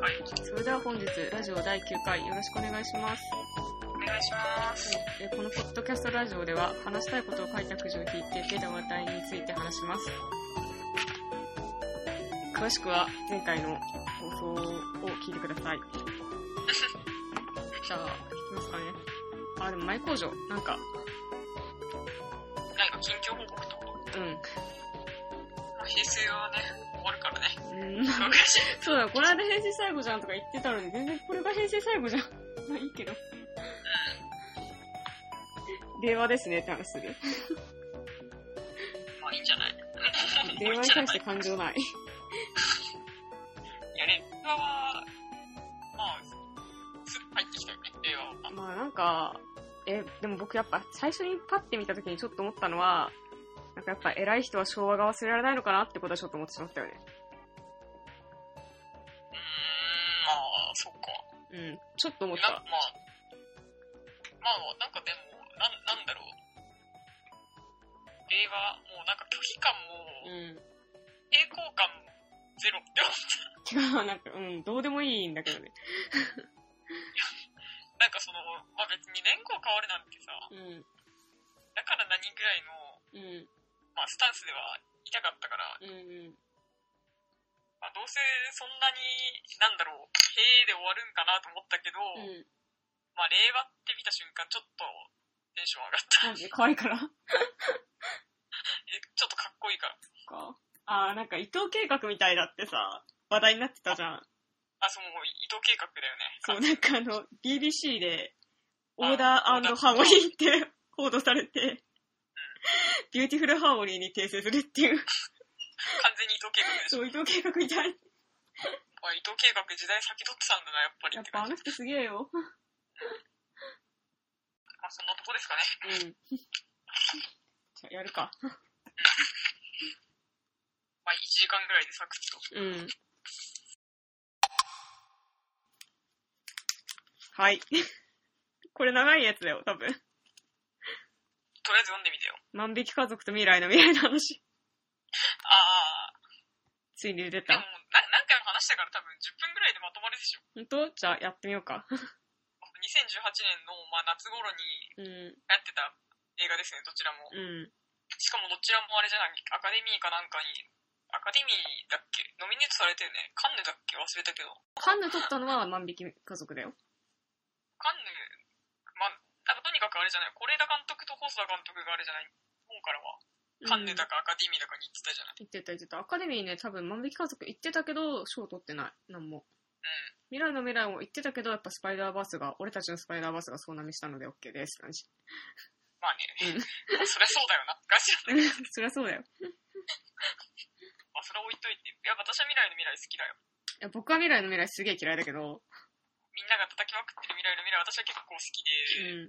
はい。それでは本日、ラジオ第9回、よろしくお願いします。お願いします。えーこのポッドキャストラジオでは、話したいことを書いたくじを引いて、出た話題について話します。詳しくは、前回の放送を聞いてください。じゃあ、いきますかね。あ、でも前工場、なんか、なんか近況報告とか、まあ、平成はね、終わるからね。 うん。 うんおかしい。そうだ、この間平成最後じゃんとか言ってたのに、全然これが平成最後じゃん。まあいいけど。令和ですねって話する。まあいいんじゃない令和に対して感情ない。いや、令和は、まあ、すぐ入ってきたよね、令和は。まあなんか、え、でも僕やっぱ最初にパッて見た時にちょっと思ったのは、なんかやっぱ偉い人は昭和が忘れられないのかなってことはちょっと思ってしまったよね。うーん、まあ、そっか。うん、ちょっと思っなた。まあ、まあ、なんかでも、なん、なんだろう。令和、もうなんか拒否感うも、ん。抵抗感ゼロって思う違う、なんか、うん、どうでもいいんだけどね。なんかその、まあ別に年号変わるなんてさ、うん、だから何ぐらいの、うん、まあスタンスではいたかったから、うん、まあどうせそんなに、なんだろう、へえで終わるんかなと思ったけど、うん。まあ令和って見た瞬間ちょっとテンション上がった。 マジで可愛いから。えちょっとかっこいいから。か。あー、なんか伊藤計画みたいだってさ、話題になってたじゃん。あ、そう、もう伊藤計画だよね。そう、なんかあの、BBC で、オあーダーハーモニーって報道されて、ビューティフルハーモニーに訂正するっていう、完全に伊藤計画でしょ。そう、伊藤計画みたい。まあ伊藤計画時代先取ってたんだな、やっぱ りやっってぱあ感じ。の人すげえよ。まあそんなとこですかね。うん。じゃあやるか。まあ1時間ぐらいでサクッと。うん。はい。 これ長いやつだよ、多分。とりあえず読んでみてよ。万引き家族と未来の未来の話。ああ、ついに出でもた。な何回も話したから多分10分ぐらいでまとまるでしょ。本当じゃあやってみようか。 2018年の、まあ、夏頃にうん。やってた映画ですね、どちらも。うん。しかもどちらもあれじゃない、アカデミーかなんかに、アカデミーだっけノミネートされてるね。カンヌだっけ忘れたけど。カンヌ撮ったのは万引き家族だよ。カンヌ、まあ、なんかとにかくあれじゃない、是枝監督と細田監督があれじゃない、日本からは、カンヌだかアカデミーだかに行ってたじゃない。言ってた言ってた。アカデミーね、多分万引き家族行ってたけど、賞取ってない。なんも。未来の未来も行ってたけど、やっぱスパイダーバースが、俺たちのスパイダーバースがそうなみしたので OK です。感じ。まあうんね、まあ そりゃそうだよな。ガチなんだけど。 そりゃそうだよ。いまあ、それは置いといて。いや、私は未来の未来好きだよ。や僕は未来の未来すげえ嫌いだけど、みんなが叩きまくってる未来の未来、私は結構好きう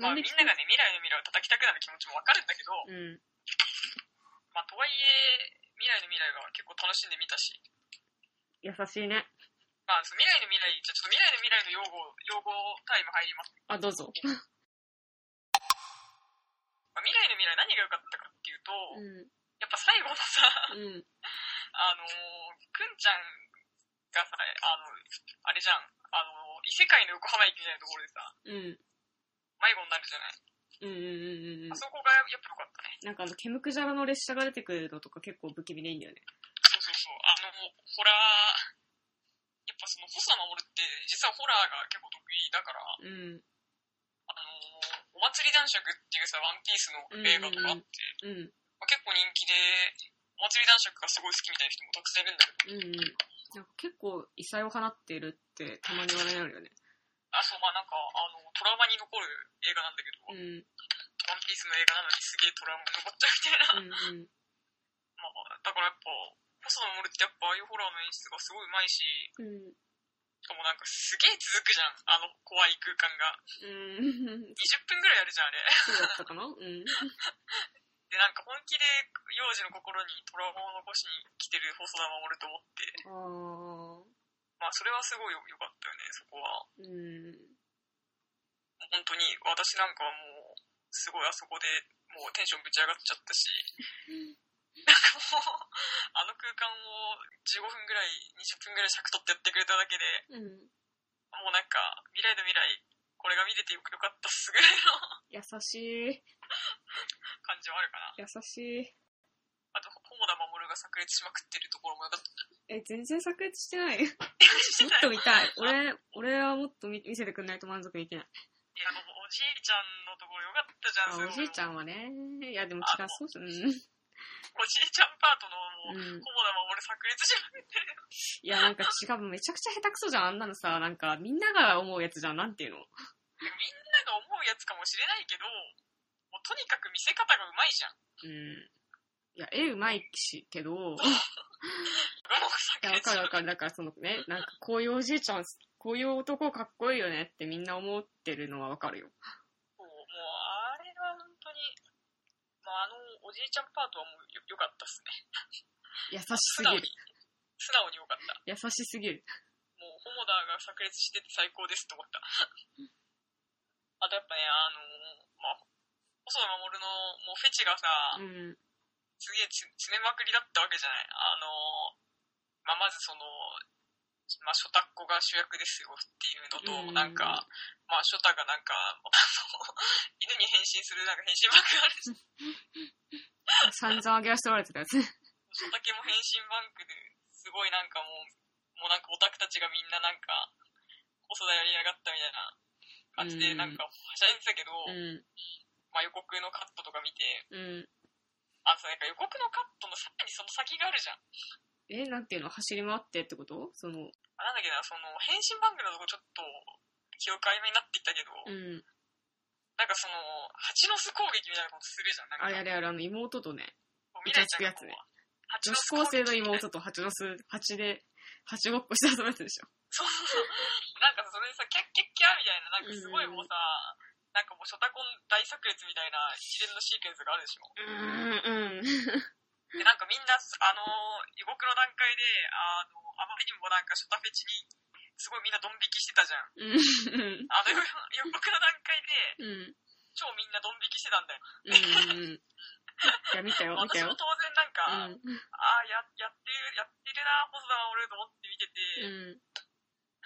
で、ん。まあ、みんながね、未来の未来を叩きたくなる気持ちもわかるんだけど、うん。まあ、とはいえ、未来の未来は結構楽しんでみたし、優しいね。まあ、その未来の未来、じゃあちょっと未来の未来の用語、用語タイム入ります。あ、どうぞ。 まあ、未来の未来何が良かったかっていうと、うん。やっぱ最後のさ、 うん。あのーくんちゃんがさ、あの、あれじゃん、あのー異世界の横浜駅みたいなところでさ、うん。迷子になるじゃない。うんうんうんうんあ。そこがやっぱ良かったね。なんかあの、ケムクジャラの列車が出てくるのとか結構不気味でいいんだよね。そうそうそう。あの、ホラー、やっぱその細田守って、実はホラーが結構得意だから、うん。あのーお祭り男爵っていうさ、ワンピースの映画とかあって、うん。まあ、結構人気で、お祭り男爵がすごい好きみたいな人もたくさんいるんだけど、うんうん。なんか結構異彩を放っているってたまに話題になるよね。あ、そう、まあなんか、あの、トラウマに残る映画なんだけど、うワンん。ピースの映画なのにすげえトラウマに残ったみたうんいな。うん。まあ、だからやっぱ、細野守ってやっぱああいうホラーの演出がすごいうまいし、うん。しかもなんかすげえ続くじゃん、あの怖い空間が。うん。 20分ぐらいあるじゃん、あれ。そうだったかなうん。で、なんか本気で幼児の心にトラウマを残しに来てる細田守ると思って、あまあそれはすごいよ良かったよね、そこは。ー。うん。本当に私なんかはもうすごいあそこでもうテンションぶち上がっちゃったしもう、あの空間を15分ぐらい、20分ぐらい尺取ってやってくれただけで、うん。もうなんか、未来の未来、これが見れてよくよかったっすぐらいの優しい。感じはあるか優な。しい。あと、友田守が炸裂しまくってるところもよかった。え、全然炸裂してない。もっしてたとよ。い見たい。俺、俺はもっと見見せてくんないと満足できない。や、もうおじいちゃんのところよかったじゃあ、ん、おじいちん。ゃんはね。いや、でも違う、そうじゃん。うおじいちゃんパートの、もん。う、友田守炸裂しまくってる。いや、なんか違う、めちゃくちゃ下手くそじゃん。あんなのさ、なんかみんなが思うやつじゃん。なんていうのみんなが思うやつかもしれないけど、もうとにかく見せ方がうまいじゃん。うん。いや、絵うまいし、けど、もうい炸や、裂わしかるわかまくってる。だからそのね、なんかこういうおじいちゃん、こういう男かっこいいよねってみんな思ってるのはわかるよ。そうもう、あれは本当に、まあ、あの、おじいちゃんパートはもうよよかったっすね。優しす素ぎ直るに。。素直によかった。優しすぎる。もう、ホモダーが炸裂してて最高ですって思った。あとやっぱね、あのまあ、細田守の、もうフェチがさ、うん。すげえつ、つねまくりだったわけじゃない。あのまあ、まずその、まあ、ショタッコが主役ですよっていうのと、うんなんか、まあ、ショタがなんか、 あの、犬に変身するなんか変身バッグがある散々上げ足取られてたやつ。ショタケも変身バンクですごいなんかもう、もうなんかオタクたちがみんななんか、細田やりやがったみたいな感じうでんなんかはしゃいでたけど、うん。まあ、予告のカットとか見て、うん。あのさ、なんか予告のカットのさらにその先があるじゃえ、ん。なんていうの走り回ってってことその、あなんだっけな、その、変身バンクのとこちょっと、記憶曖昧になってきたけど、うん。なんかその、蜂の巣攻撃みたいなことするじゃん。なんかあれあれあれ、あの妹とね、こう未来ちゃんがこうイチャつくやつね蜂女の子巣高生の妹と攻撃蜂の巣、蜂で、蜂ごっこして遊ぶやつでしょ。そうそうなんかそれでさ、キャッキャッキャーみたいな、なんかすごいもうさ、なんかもうショタコン大炸裂みたいな一連のシーケンスがあるでしょ。うん、うん。で、なんかみんな、あのー、予告の段階で、あのあまりにもなんかショタフェチに、すごいみんなドン引きしてたじゃん。うん。うん。あの、予 告の段階うで、ん。超みんなドン引きしてたんだよ。うんうんうん。いや、見たよ、見た私もよ。当然なんうか、ん。ああ、や、やってる、やってるな、細田守と思って見てうて、ん。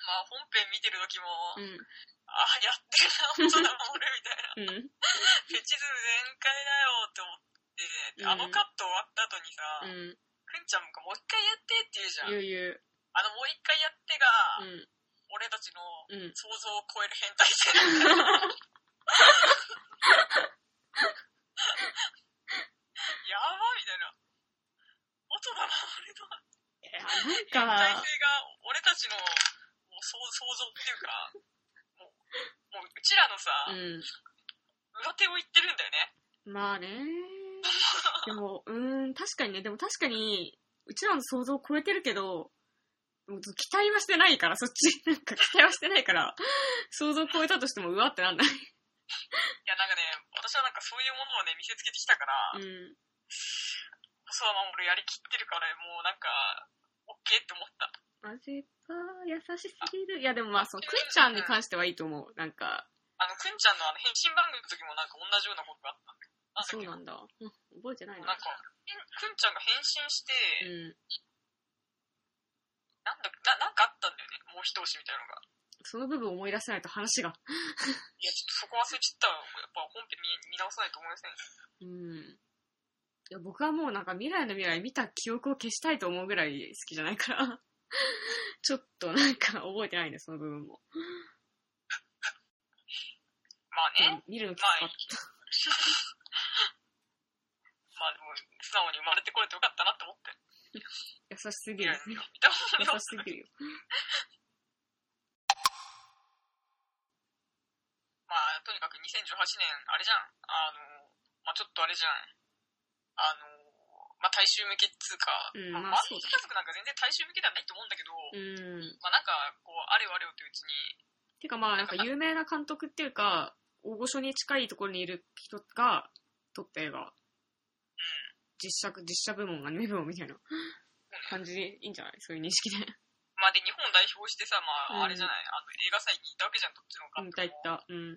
まあ本編見てる時も、うん。ああ、やってるな、細田 う守みたいな。ん。フェチズム全開だよって思って、あのカット終わった後にさ、うん。くんちゃんがもう一回やってって言うじゃん。ゆうゆあの、もう一回やってう。が、う俺たちのん。 うん。想像を超える変態性なんだよ。やばみたいな。音だな、俺の変なん態か、性が、俺たちのもう想想像っていうか、もう、もううちらのさ、う裏手を言ってるんだよね。ん。まあね。でも、うーん、確かにね、でも確かに、うちらの想像を超えてるけど、もう期待はしてないから、そっち、 なんか期待はしてないから、想像を超えたとしても、うわってなんない。いや、なんかね、私はなんかそういうものをね、見せつけてきたから、うん。細田守やりきってるから、もうなんか、オッケーって思った。マジか、優しすぎる。いや、でもまあ、その、くんちゃんに関してはいいと思う。なんか、あの、くんちゃんのあの変身番組の時もなんか同じようなことがあったんだよ。なんだっそうけなんだ。うん覚えてないなんな。か、変くんちゃんが変身して、うん。なんだな、なんかあったんだよね。もう一押しみたいなのが。その部分思い出せないと話が。いや、ちょっとそこ忘れちゃったわ。やっぱ本編見見直さないと思いません。うん。いや、僕はもうなんか未来の未来見た記憶を消したいと思うぐらい好きじゃないから、 ちょっとなんか覚えてないね、その部分も。まあでね。も見るのきつかっまあでも、素直に生まれてこれてよかったなって思って。た。優しすぎ未る来。の未来見たも優のしすぎるよ。まあ、とにかく2018年、あれじゃん。あの、まあちょっとあれじゃん。あの、まあ大衆向けっつうか、うんままああ、そう周りだの家族なんか全然大衆向けではないと思うんだけど、うん。まあなんか、こう、あれよあれよといううちに、てかまあなんか有名な監督っていうか、大御所に近いところにいる人が撮った映画。実写、実写部門、アニメ部門みたいな感じでいいんじゃないそういう認識で。まあで、日本代表してさ、うんまあ、あれじゃない、あの映画祭に行ったわけじゃん、どっちの監見たいっ督も。た。うん。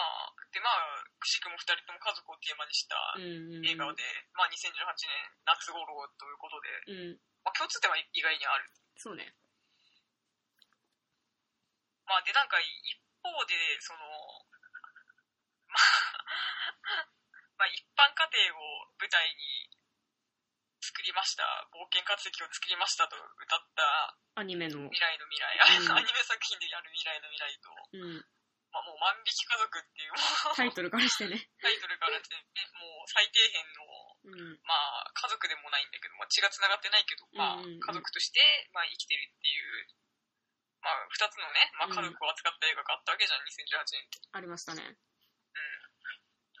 まあ、で、まあ、くしくも二人とも家族をテーマにしたうんうんうん映画で、まあ、2018年夏頃ということで、うんまあ、共通点は意外にある。そうねまあ、で、なんか、一方で、その、まあ、まあ、 一般家庭を舞台に作りました、冒険活石を作りましたと歌ったアニメの未来の未来、うん アニメ作品でやる未来の未来と、うんまあ、もう万引き家族っていうもうタイトルからしてねタイトルからして、もう最底辺の、うんまあ、家族でもないんだけど、まあ、血が繋がってないけど、まあ、うんうんうん家族として、まあ、生きてるっていう、まあ、二つのね、まあ、家族を扱った映画があったわけじゃん、2018年って。ありましたね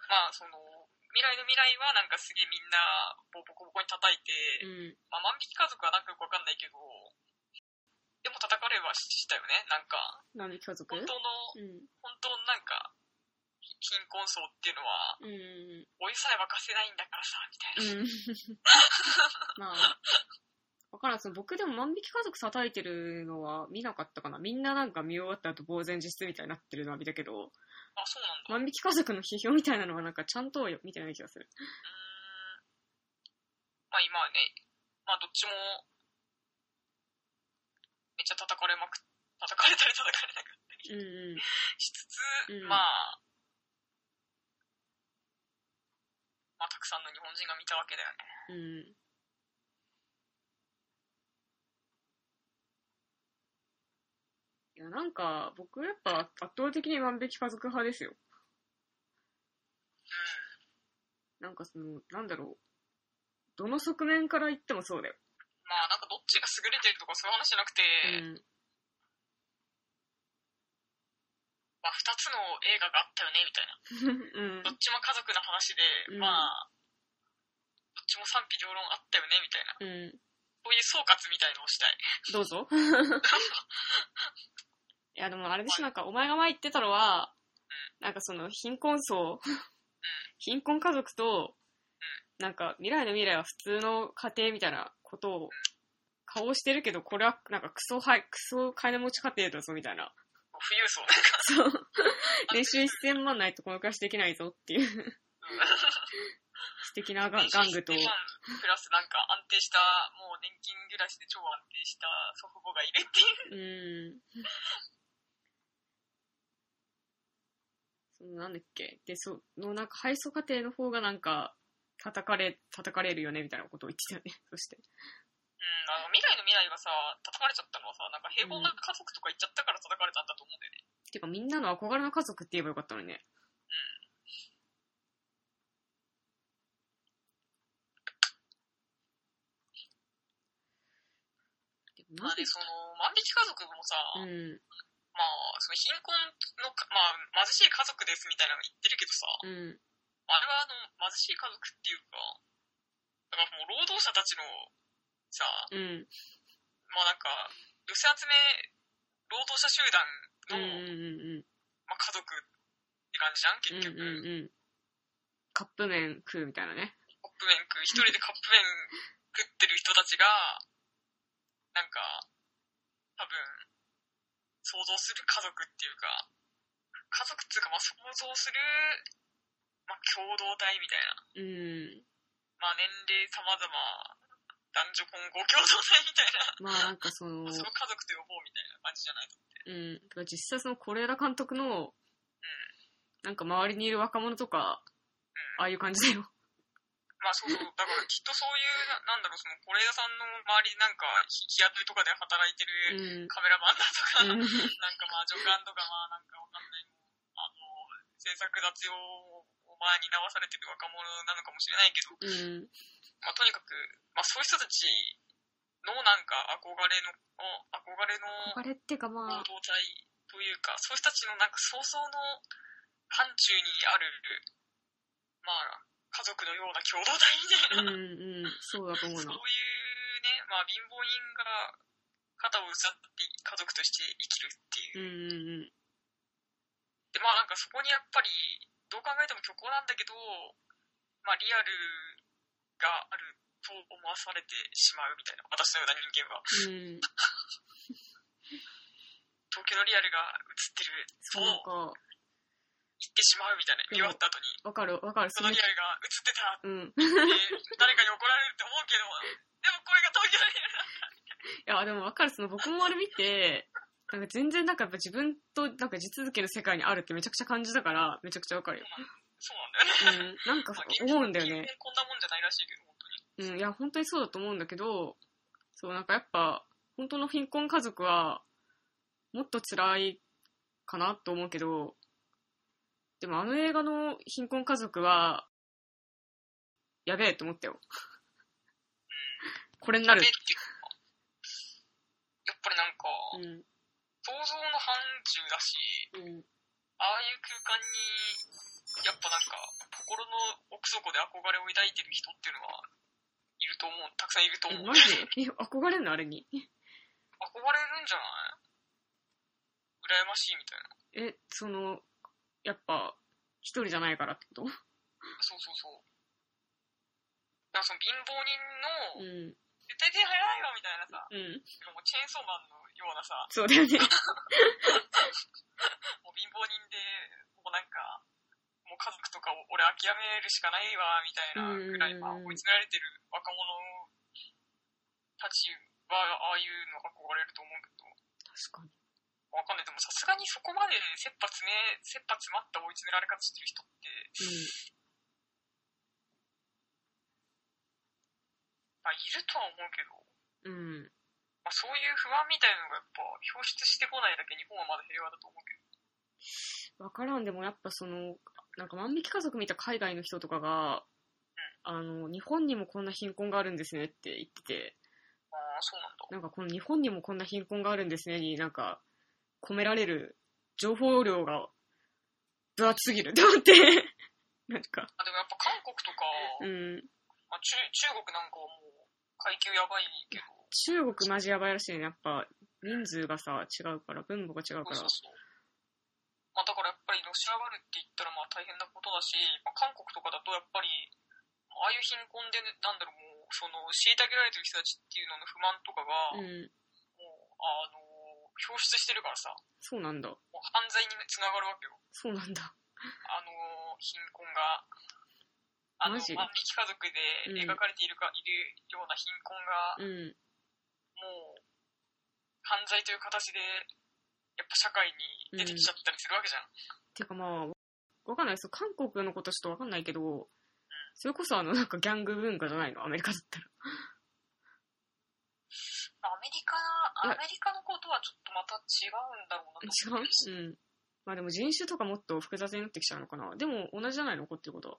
まあ、その、未来の未来はなんかすげえみんな、ボコボコに叩いて、うんまあ、万引き家族はなんかよくわかんないけど、でも叩かれはしたよね、なんか、なんで家族本当の、うん本当のなんか、貧困層っていうのは、うんうんお湯さえ沸かせないんだからさ、みたいな。うん まあわからんその僕でも万引き家族叩いてるのは見なかったかなみんななんか見終わった後呆然自失みたいになってるのは見たけどあ、そうなんだ。万引き家族の批評みたいなのはなんかちゃんと見てない気がするうーんまあ今はね、まあどっちも、めっちゃ叩かれまく、叩かれたり叩かれなくうんうんしつつ、うんまあ、まあたくさんの日本人が見たわけだよね。うん。いや、なんか、僕やっぱ圧倒的に万引き家族派ですよ。なんかその、なんだろう。どの側面から言ってもそうだよ。まあなんかどっちが優れてるとかそういう話じゃなくて、うん。まあ二つの映画があったよね、みたいな。うんど。っちも家族の話で、うんまあ、どっちも賛否両論あったよね、みたいな。うん。こういう総括みたいのをしたい。どうぞ。 いや、でもあれでしょ、なんか、お前が前言ってたのは、なんかその、貧困層、貧困家族と、なんか、未来の未来は普通の家庭みたいなことを、顔をしてるけど、これは、なんか、クソ、はい、クソ金持ち家庭だぞ、みたい な。もう富裕層ね。そう。年収1000万ないとこの暮らしできないぞっていう、うん素敵な が玩具と、年収1000万プラスなんか安定した、もう年金暮らしで超安定した祖父母がいるっていう。うん。そのなんだっけで、そのなんか配送過程の方がなんか、叩かれ、叩かれるよねみたいなことを言ってたよね。 そして。うん、あの、未来の未来がさ、叩かれちゃったのはさ、なんか平凡な家族とか行っちゃったから叩かれたんだと思うんだよね。てかみんなの憧れの家族って言えばよかったのにね。でもまなあんでね、その、万引き家族もさ、うん、まあ、その貧困のか、まあ、貧しい家族ですみたいなの言ってるけどさ、うん、あれはあの、貧しい家族っていうか、だからもう労働者たちの、さ、うん、まあなんか、寄せ集め、労働者集団うん、うん、うん、の、まあ、家族って感じじゃうん、うん、うん、うん結局、ん。カップ麺食うみたいなね。カップ麺食う一人でカップ麺食ってる人たちがなんか多分想像する家族っていうか家族っていうかまあ想像する、まあ、共同体みたいな、うん。まあ、年齢様々男女混合まあなん共同体みたいなかその、それを家族と呼ぼうみたいな感じうん、じゃないとだから実際その是枝監督の、なんか周りにいる若者とか、ああいう感じだよ。まあそうそう、だからきっとそういう、ななんだろう、その、是枝さんの周りなんか、日日雇いとかで働いてうるん。カメラマうんンだとか、なんかまあ、助監とかまあ、なんかわかんない、あの、制作雑用を前に流されてる若者なのかもしれないけうど、ん。まあとにかく、まあそういう人たちのなんか憧れの、憧れのあれってかまあ、労働体というか、そういう人たちのなんか想像の範疇にある、まあ、家族のような共同う体みたいんうな、ん、そうだと思うな。そういうね、まあ貧乏人が肩を打ち合って家族として生きるってうんうんいううん。でまあなんかそこにやっぱりどう考えても虚構なんだけど、まあ、リアルがあると思わされてしまうみたいな私のような人間はうん。東京のリアルが映ってるそうなんか、異行ってしまうみたいな、見終わった後に、わかるわかる。そそののリアルがうん。映ってたって、 誰かに怒られると思うけど、でもこれが東京リアいや、ルだでもわかる。その僕もあれ見て、なんか全然なんかやっぱ自分となんか地続きの世界にあるってめちゃくちゃ感じたから、めちゃくちゃわかるよ。そうなんだよね。うん。なんか思うんだよね。人間こんなもんじゃないらしいけど、本当に。うん、いや、本当にそうだと思うんだけど、そう、なんかやっぱ、本当の貧困家族は、もっと辛いかなと思うけど、でもあの映画の貧困家族は、やべえと思ったよ。これになるで。結構やっぱりなんか、うん、想像の範疇だし、うん、ああいう空間に、やっぱなんか、心の奥底で憧れを抱いてる人っていうのは、いると思う、たくさんいると思え、う。マジでえ、憧れんのあれに。憧れるんじゃない羨ましいみたいな。え、その、やっぱ、一人じゃないからってことそうそうそう。なんかその貧乏うん、人の、絶対手入らないよみたいなさ、うん。もうチェーンソーマンのようなさ、そうだよね。もう貧乏人で、もうなんか、もう家族とかを俺諦めるしかないわ、みたいなぐらい、まあ、うん追い詰められてる若者たちは、ああいうのが憧れると思うけど、確かに。わかんない。でもさすがにそこまで切羽詰め、切羽詰まった追い詰められ方してる人って、まあ、いるとは思うけど、うん、うん。まあ、そういう不安みたいなのがやっぱ表出してこないだけ日本はまだ平和だと思うけど。わからんでもやっぱそのなんか万引き家族見た海外の人とかが、あの日本にもこんな貧困があるんですねって言っててああ、そうなんなだ。んかこの日本にもこんな貧困があるんですねになんか込められる情報量が分厚すぎる って思ってなんかあでもやっぱ韓国とか、うんまあ、中中国なんかはもう階級やばいけど、中国マジやばいらしいねやっぱ人数がさ違うから分母が違うからそうそうそう。まあだからやっぱりロシアがあるって言ったらまあ大変なことだし、まあ、韓国とかだとやっぱり、ああいう貧困で、なんだろう、もう、その、虐げられてる人たちっていうのの不満とかが、うんもう、あの、表出してるからさ、そうなんだもう犯罪につながるわけよ。そうなんだあの、貧困が。あの、マ万ジ引き家族で描かれているか、いるような貧困が、うんもう、犯罪という形で、やっぱ社会に出てきちゃったりするわけじゃん。てかまあ、わかんないです。韓国のことちょっとわかんないけど、それこそあの、なんかギャング文化じゃないのアメリカだったら。アメリカ、いアやメリカのことはちょっとまた違うんだろうなと思違ううん。まあでも人種とかもっと複雑になってきちゃうのかな。でも同じじゃないの怒ってることは。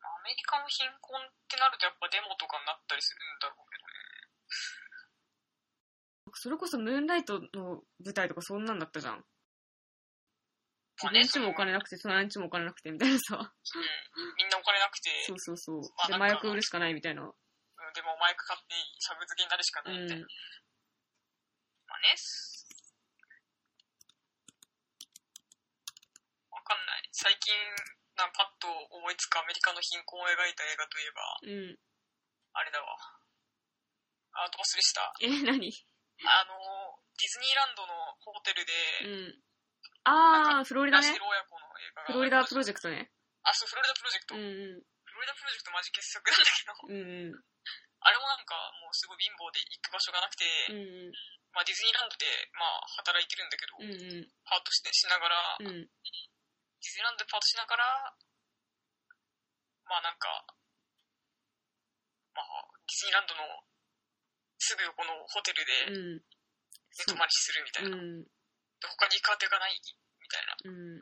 アメリカの貧困ってなるとやっぱデモとかになったりするんだろうけどね。それこそムーンライトの舞台とかそんなんだったじゃん。自まあね分ちもお金なくて、隣んちもお金なくてみたいなさ。うん、みんなお金なく て、そうそうそう。まあで、なんか麻薬売るしかないみたいな。うんでもマイク買ってしゃぶ漬けになるしかうないみたいな。ん。まあね。わかんない。最近、なんかパッと思いつくアメリカの貧困を描いた映画といえば、うん。あれだわ。あ、どうするした。え、何あの、ディズニーランドのホテルで、 うん。あー、フロリ暮ダらしねて。る親子の映画がフロリダありプまロしたジェクトね。あ、そう、フロリダプロジェクうト。んフロリダプロジェクトマジ傑作なんだけど、うん。うんあれもなんかもうすごい貧乏で行く場所がなくて、うん。うんまあディズニーランドでまあ働いてるんだけど、うん。うんパートしてしながら、うん。うん。ディズニーランドでパートしながら、まあなんか、まあディズニーランドのすぐ横のホテルでうん。寝泊まりするみたいな。ん。で他に行く当てがないみたいな。うん。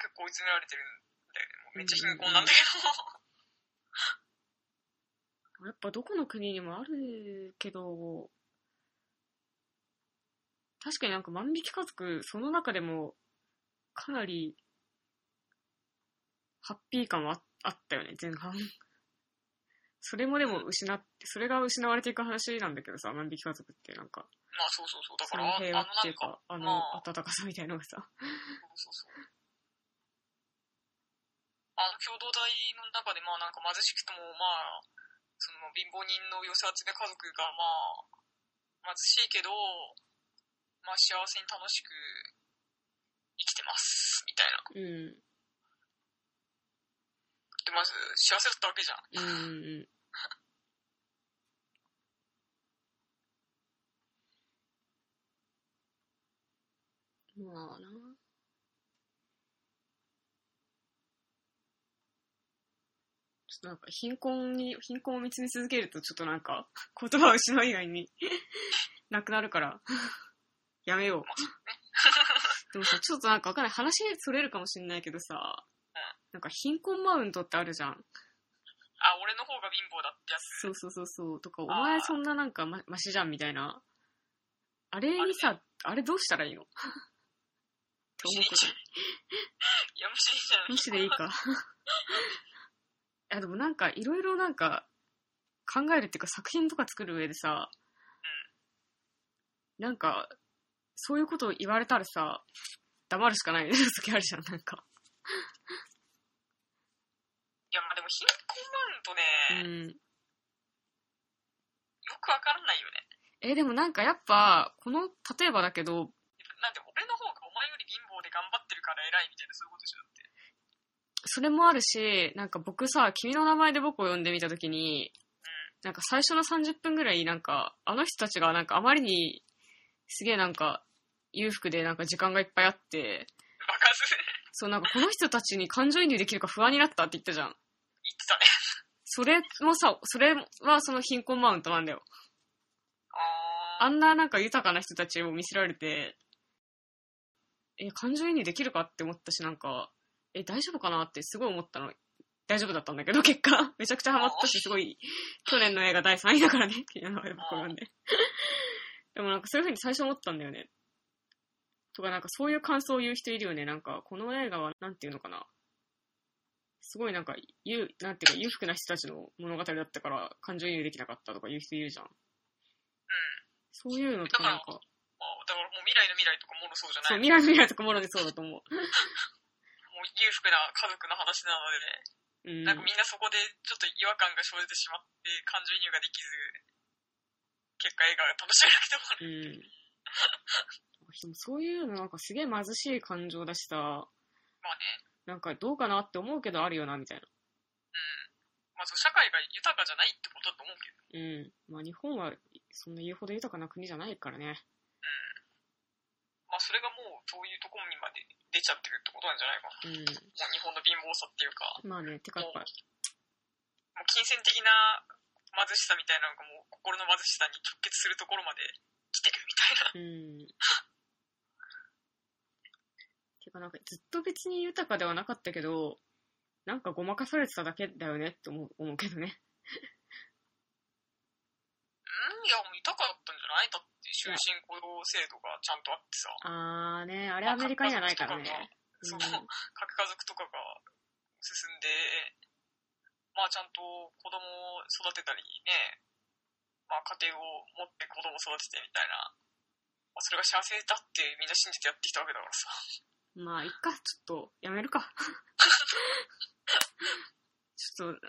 結構追い詰められてるんだよね。もうめっちゃ貧困なんだけど。やっぱどこの国にもあるけど、確かになんか万引き家族、その中でも、かなり、ハッピー感はああったよね、前半。それもでも失って、それが失われていく話なんだけどさ、万引き家族ってなんか、 まあそうそうそう。だそから、のああの平な和んっていうか、か、あまのあ温かさみたいのがさ、そうそうそう。あの、共同体の中で、まあなんか貧しくても、まあ、その貧乏人の寄せ集め家族が、まあ、貧しいけど、まあ幸せに楽しく生きてます、みたいな。うん。うで、まず、幸せだったわけじゃん。んうん。うん。まあな。ちょっとなんか貧困に、貧困を見つめ続けるとちょっとなんか 言葉を失う以外に なくなるから、 やめよう。でもさ、ちょっとなんかわかんない。話それるかもしんないけどさ、なんか貧困マウントってあるじゃん。あ、俺の方が貧乏だってやつ。そうそうそうそう。とか、おー前そんななんかまマシじゃんみたいな。あれにさ、あれどうしたらいいの って思うこいや、むしろいいじゃ と。ん。無視でいいか。いや、でもなんか、いろいろなんか、考えるっていうか作品とか作る上でさ、なんか、そういうことを言われたらさ、黙るしかない 時あるじゃん、なんか。いや、まあでも貧困マウントうね、ん。よくわからないよね。えーでもなんかやっぱこの例えばだけどなんで俺の方がお前より貧乏で頑張ってるから偉いみたいな、そういうことでしょだって。それもあるしなんか僕さ「君の名前」で僕を呼んでみた時になんか最初の30分ぐらいなんかあの人たちがなんかあまりにすげえなんか裕福でなんか時間がいっぱいあってバカする。そうなんかこの人たちに感情移入できるか不安になったって言ったじゃん言ってたね。それもさそれはその貧困マウントなんだよあー。あんななんか豊かな人たちを見せられて、え、感情移入できるかって思ったし、なんか、え、大丈夫かなってすごい思ったの。大丈夫だったんだけど、結果、 めちゃくちゃハマったし、すごい、去年の映画第3位だからね、 っていうのが僕なんで。でもなんかそういう風に最初思ったんだよね。とかなんかそういう感想を言う人いるよね。なんか、この映画は、なんていうのかな。すごいなんか、ゆなんていうか、裕福な人たちの物語だったから、感情移入できなかったとか言う人いるじゃん。そういうのとかなんか、まあ、だからもう未来の未来とかもろそうじゃそう、な未い。来未来とかもろにそうだと思もう裕福な家族の話なのう。うで、ん。なんかみんなそこでちょっと違和感が生じてしまって、感情移入ができず、結果映画が楽しめなく うて終わん。る。でもそういうのなんかすげえ貧しい感情だしさ、まあね、なんかどうかなって思うけどあるよな、みたいな。まあそう社会が豊かじゃないってことだと思うけど、うん。まあ日本はそんな言うほど豊かな国じゃないからね。まあそれがもうそういうところにまで出ちゃってるってことなんじゃないかな。うもう日本の貧乏さっていうか、ん。まあね、てかやっぱ、もう金銭的な貧しさみたいなのがもう心の貧しさに直結するところまで来てるみたいな。うん。てかなんかずっと別に豊かではなかったけど、なんかごまかされてただけだよねって思う思うけどね。うん、いや、もう豊かだったんじゃないだって終身雇用制度がちゃんとあってさ。あーね、あれアメリカにはないからね。そうの、ん核家族とかが進んで、まあちゃんと子供を育てたりね、まあ家庭を持って子供を育ててみたいな、まあ、それが幸せだってみんな信じてやってきたわけだからさ。まあ、いっか、ちょっと、やめる か。ちょっと、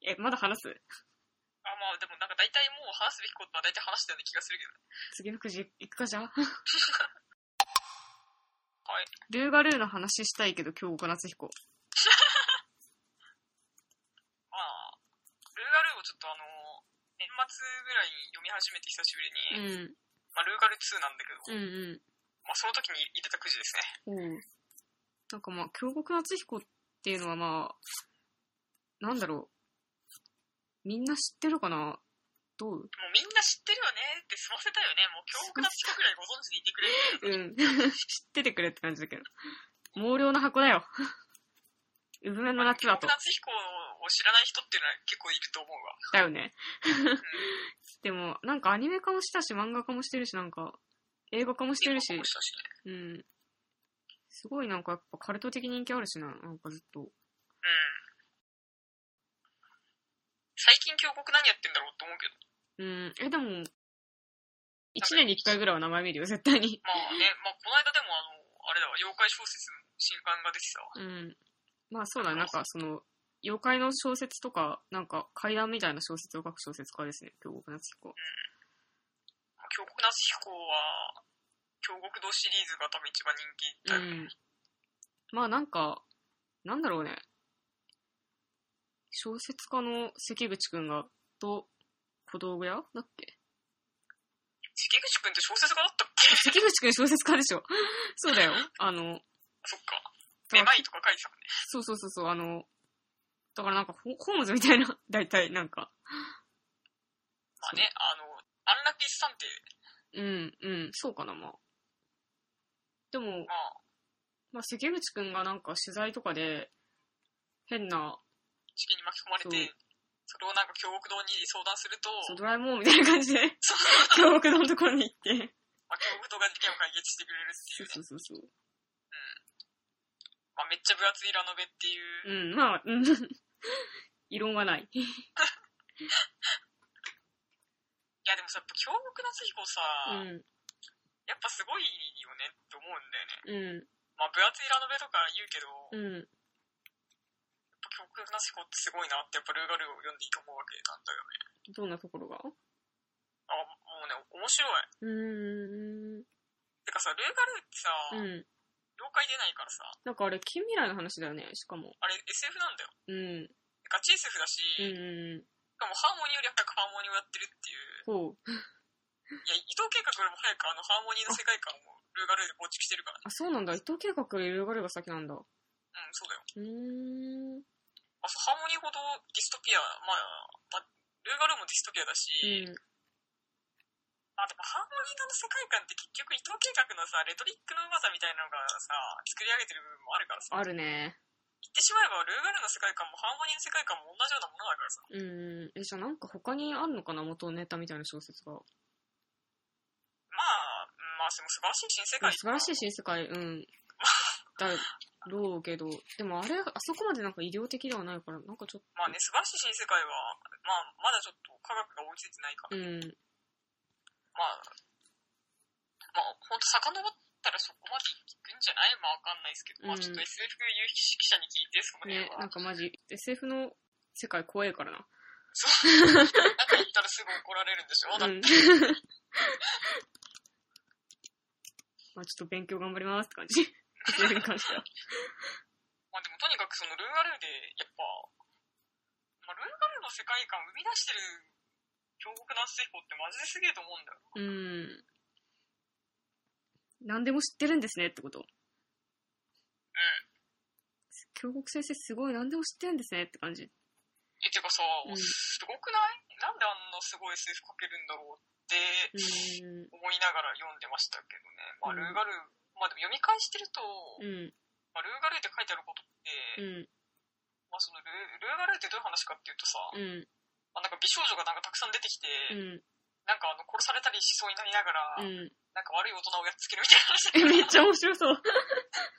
え、まだ話すあまあでもなんか大体もう話すべきことは大体話したような気がするけどね。次のくじ行くかじゃあ。はい。ルーガルーの話したいけど、今日岡夏彦。まあ、ルーガルーをちょっとあの、年末ぐらいに読み始めて久しぶうりに、ん、まあルーガル2なんだけうど、ん、うん。まあその時に入れたくじですおね。うなんかまあ、京極夏彦っていうのはまあ、なんだろう。みんな知ってるかなどうもうみんな知ってるよねって済ませたよね。もう京極夏彦ぐらいご存知でいて くれる。うん。知っててくれって感じだけど。毛量の箱だよ。産めの夏京だ極と。夏彦を知らない人っていうのは結構いると思うわ。だよね。うん、でも、なんかアニメ化もしたし、漫画化もしてるし、なんか、映画化もしてるし結構、したしねうん。すごいなんかやっぱカルト的人気あるしな、なんかずっと。うん。最近京極何やってんだろうって思うけど。うん。え、でも、一年に一回ぐらいは名前見るよ、絶対 に。まあね、まあこの間でもあの、あれだわ、妖怪小説の新刊が出てたわ。うん。まあそうだね、なんかその、妖怪の小説とか、なんか怪談みたいな小説を書く小説家ですね、京極夏彦。京極夏彦は、京極堂シリーズが多分一番人気だうよね。ん。まあなんか、なんだろうね。小説家の関口くんが、と、小道具屋だっけ 関口くんって小説家だったっけ関口くん小説家でしょ そうだよ。あの、そっか。めまいとか書いてたもんね。そうそうそうそう、あの、だからなんかホ、ホームズみたいな、 大体、なんか。まあね、あの、アンラッキース探偵、うん、うん、そうかな、まあ。でも、まあ、まあ、関口くんがなんか取材とかで、変な、事件に巻き込まれて、それをなんか京極堂に相談すると、そうドラえもんみたいな感じで、そう京極堂のところに行って。まあ、京極堂が事件を解決してくれるってそいううね。そうそうそう。まあ、めっちゃ分厚いラノベっていう。うん、まあ、うん。異論はない。いや、でもさ、やっぱ京極夏彦さ、うん、やっぱすごいよねって思うんだよね。うまあ、分厚いラノベとか言うけど、ん、うん。やっぱ京極夏彦ってすごいなって、やっぱルーガルーを読んでいいと思うわけなんだよね。どんなところがあ、もうね、面白い。うーん、てかさ、ルーガルーうん。ってさ、了解出ないからさ、なんかあれ、近未来の話だよね、しかも。あれ SF なんだうん、よ。ガチ SF だし、うん、うん。しかもハーモニーより早くハーモニーをやってるっていう。こう。いや、伊藤計画よりも早くあのハーモニーの世界観をルーガルーで構築してるからね。あ、そうなんだ。伊藤計画よりルガルが先なんだ。ううん、そうだよ。ーん。あそうハーモニーほどディストピア、まあ、まあ、ルーガルーもディストピアだし、うん。あ、でもハーモニーの世界観って結局伊藤計画のさ、レトリックのうまさみたいなのがさ、作り上げてる部分もあるからさ、あるね。言ってしまえばルーガルーの世界観もハーモニーの世界観も同じようなもうん。え、じゃあなんのだからさ、か他にあるのかな元ネタみたいな小説が。まあ、うんまあ、でも素晴らしい新世界。素晴らしい新世界、うん。だろうけど。でもあれ、あそこまでなんか医療的ではないから、なんかちょっまあね、素晴らしい新世界は、まあ、まだちょっと科学が追いついてないかと、うん。ら、まあ、まあ、ほんと遡ったらそこまでいくんじゃないまあ、わかんないですけど、まあ、うんちょっと SF 有識者に聞いて、その辺ね、なんは。かマジ、SF の世界怖えからな。なんか言ったらすぐ怒られるんでしょ、うだっん。て まあちょっと勉強頑張りますって感じ。SF に関しては。まあでもとにかくそのルーアルーで、やっぱ、まあ、ルーアルーの世界観を生み出してる京極夏彦ってマジですげえと思うんだよ。うん。何でも知ってるんですねってこと。京極先生すごい何でも知ってるんですねって感じ。え、てかさ、んすごくないなんであんなすごい SF 書けるんだろうってう思いながら読んでましたけどね。まあ、うんルーガルー、まあでも読み返してると、ん。うん。まあ、ルーガルーって書いてあることうっん。て、まあそのルールーガルーってどういう話かっていうとさ、うん。まあ、なんか美少女がなんかたくさん出てきて、うん。なんかあの殺されたりしそうになりながら、うん。なんか悪い大人をやっつけるみたいな話え、 めっちゃ面白だけどそう。なん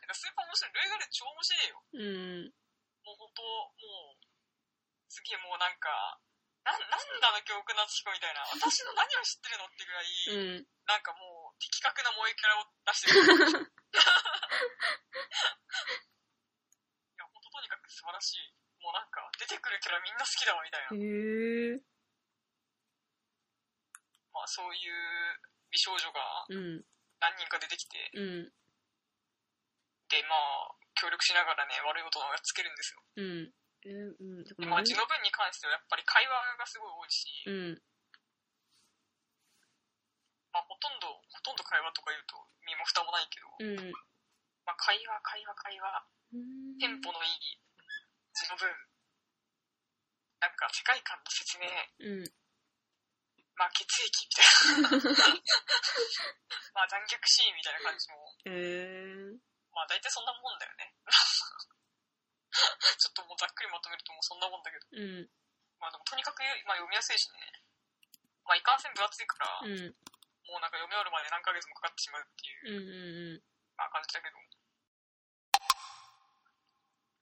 か スーパー面白い。ルーガルー超面白いよ。うん。もう本当、もう、すげえもうなんか、なん、なんだあの教訓夏彦みたいな。私の何を知ってるのってぐらうい、ん。なんかもう、的確な萌えキャラを出してる。い や、本当とにかく素晴らしい。もうなんか、出てくるキャラみんな好きだわ、みたいな。へえ。まあそういう美少女がうん。何人か出てきて、うん。で、まあ、協力しながらね、悪い大人をやっつけるんですよ。うん。え、うん。てかでまあまあ、字の文に関してはやっぱり会話がすごい多いし、うん。まあ、ほとんど、ほとんど会話とか言うと身も蓋もないけど、うん。まあ、会話、会話、会話、テンポのいい字の文、なんか世界観の説明、うん。まあ、血液み たいな、まあ、残虐シーンみたいな感じも、えー、まあ、大体そんなもんだよね。 ちょっともうざっくりまとめるともうそんなもんだけど、うん。まあ、でもとにかく、まあ、読みやすいしね、まあ、いかんせん分厚いから、うん。うん。もうなんか読み終わるまで何ヶ月もかかってしまうっていう。うん。まあ感じだけど。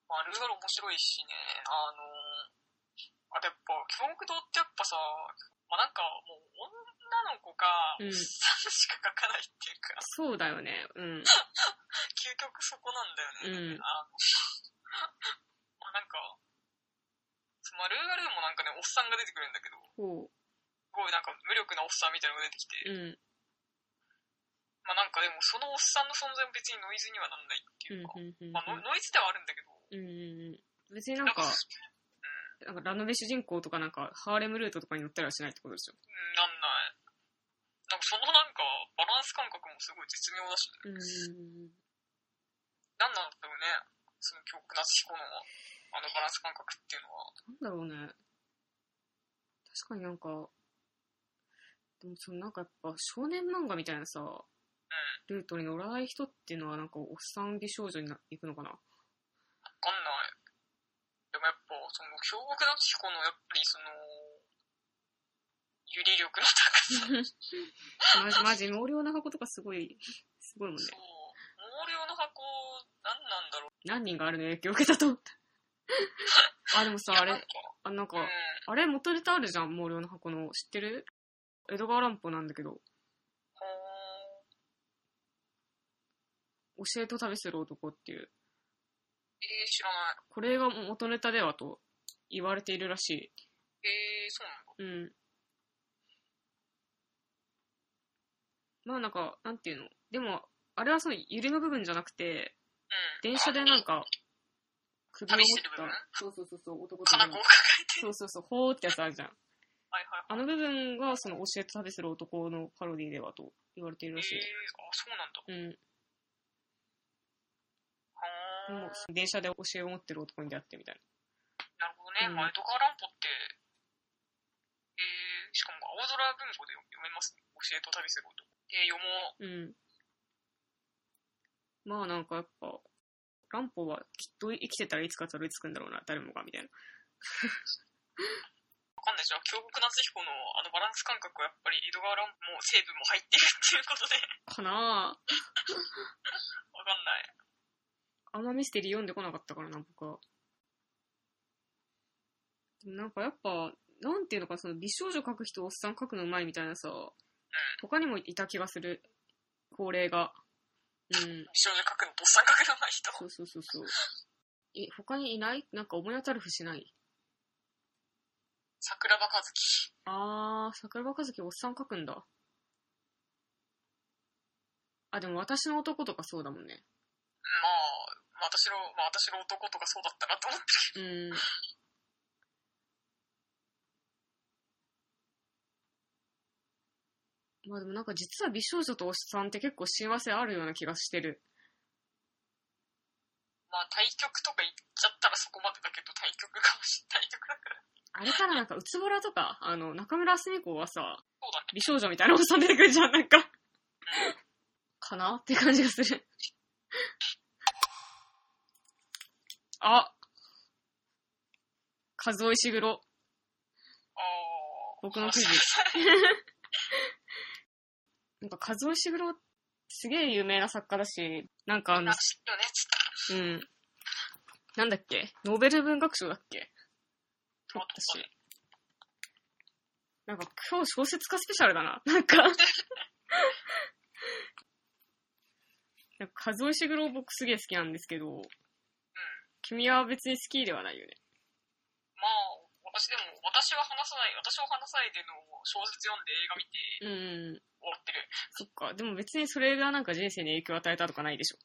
まあ、ルーガル面白いしね、あのー、あとやっぱ、京極堂ってやっぱさ、まあなんかもう女の子か、うんおっさんしか書かないっていうか、 そうだよね。うん。究極そこなんだようんね。あの、 まあなんか、まあルーガルもなんかね、おっさんが出てくるんだけど、こすごいなんか無力なおっさんみたいなのが出てきて、う。うん。まあなんかでもそのおっさんの存在も別にノイズにはなんないってうんいうか、うんうんまあノノイズではあるんだけど、うんうんうん別になんなんか か、うん、なんかラノベ主人公とかなんかハーレムルートとかに乗ったりはしないってことでしょなんない。なんかそのなんかバランス感覚もすごい絶妙だし、うんうんなんなんだろうね、その強な夏彦のあのバランス感覚っていうのは。うんなんだろうね確かになんかでもそのなんかやっぱ少年漫画みたいなさルートに乗らない人っていうのはなんかおっさん美少女にな行くのかなわかんない。でもやっぱ、その、京極夏彦のやっぱりその、揺り力の高さ。マジマジ毛量な箱とかすごいすごいもんねそう。毛量の箱、なんなんだろう。何人があるの影響を受けたと思った。あ、でもさ、あいやなんれ、かあ、なんかうん。、あれ元ネタあるじゃん、毛量の箱の。知ってる江戸川乱歩なんだけど、ほー教えと旅する男っていう。えー、知らない。これが元ネタではと言われているらしえー、そうなんだ。い。うん。まあなんか、なんていうの。でも、あれはその揺れの部分じゃなくて、うん。電車でなんか、首を持っ旅してる部分た、そうそうそうそう、男と金女の子を抱えて。そうそうそう、ほーってやつあるじゃん。はいはいあはい。の部分がその教えて旅する男のパロディではと言われているえー、らしい。あ、そうなんだ。うん。もはーう電車で教えを持ってる男に出会ってみたいなるほどね。うんまあ、江戸川乱歩って、えー、しかも青空文庫で読めますね。教えと旅する男。で、読もう。な。うん。まあなんかやっぱ、乱歩はきっと生きてたらいつかたどり着くんだろうな、誰もが、みたいな。わかんないじゃん。京極夏彦のあのバランス感覚はやっぱり江戸川乱歩も成分も入っているっていうことで、か なぁ。わかんない。あんまミステリー読んでこなかったからな、僕は。でもなんかやっぱ、なんていうのか、その美少女描く人、おっさん描くのうまいみたいなさ、他にもいた気がする。高齢が。うん。少女書くの、とっさん書くのない人。そうそうそうそう。え、他にいないなんか思い当たる節ない桜庭和樹。あー、桜庭和樹おっさん書くんだ。あ、でも私の男とかそうだもんね。まあ、まあ私の、まあ私の男とかそうだったなと思ってる。うん。まあでもなんか実は美少女とおっさんって結構親和性あるような気がしてる。まあ対局とか言っちゃったらそこまでだけど、対局かもし、対局だから。あれからなんか、うつぼらとか、あの、中村明子はさ、そうだね。美少女みたいなおっさん出てくるじゃん、なんか。かなって感じがする。あ和尾石黒。ああ。僕の記事なんか和尾石黒、すげえ有名な作家だし、なんかあのなんか、知ってるよね、ちょっと。うん。なんだっけノーベル文学賞だっけ取ったし。なんか今日小説家スペシャルだな。なんか。なんか、数え石黒僕すげえ好きなんですけど、君は別に好きではないよね。まあ、私でも、私は話さない、私を話さないでの小説読んで映画見うん。て終わってる。そっか。でも別にそれがなんか人生に影響を与えたとかないでしょ。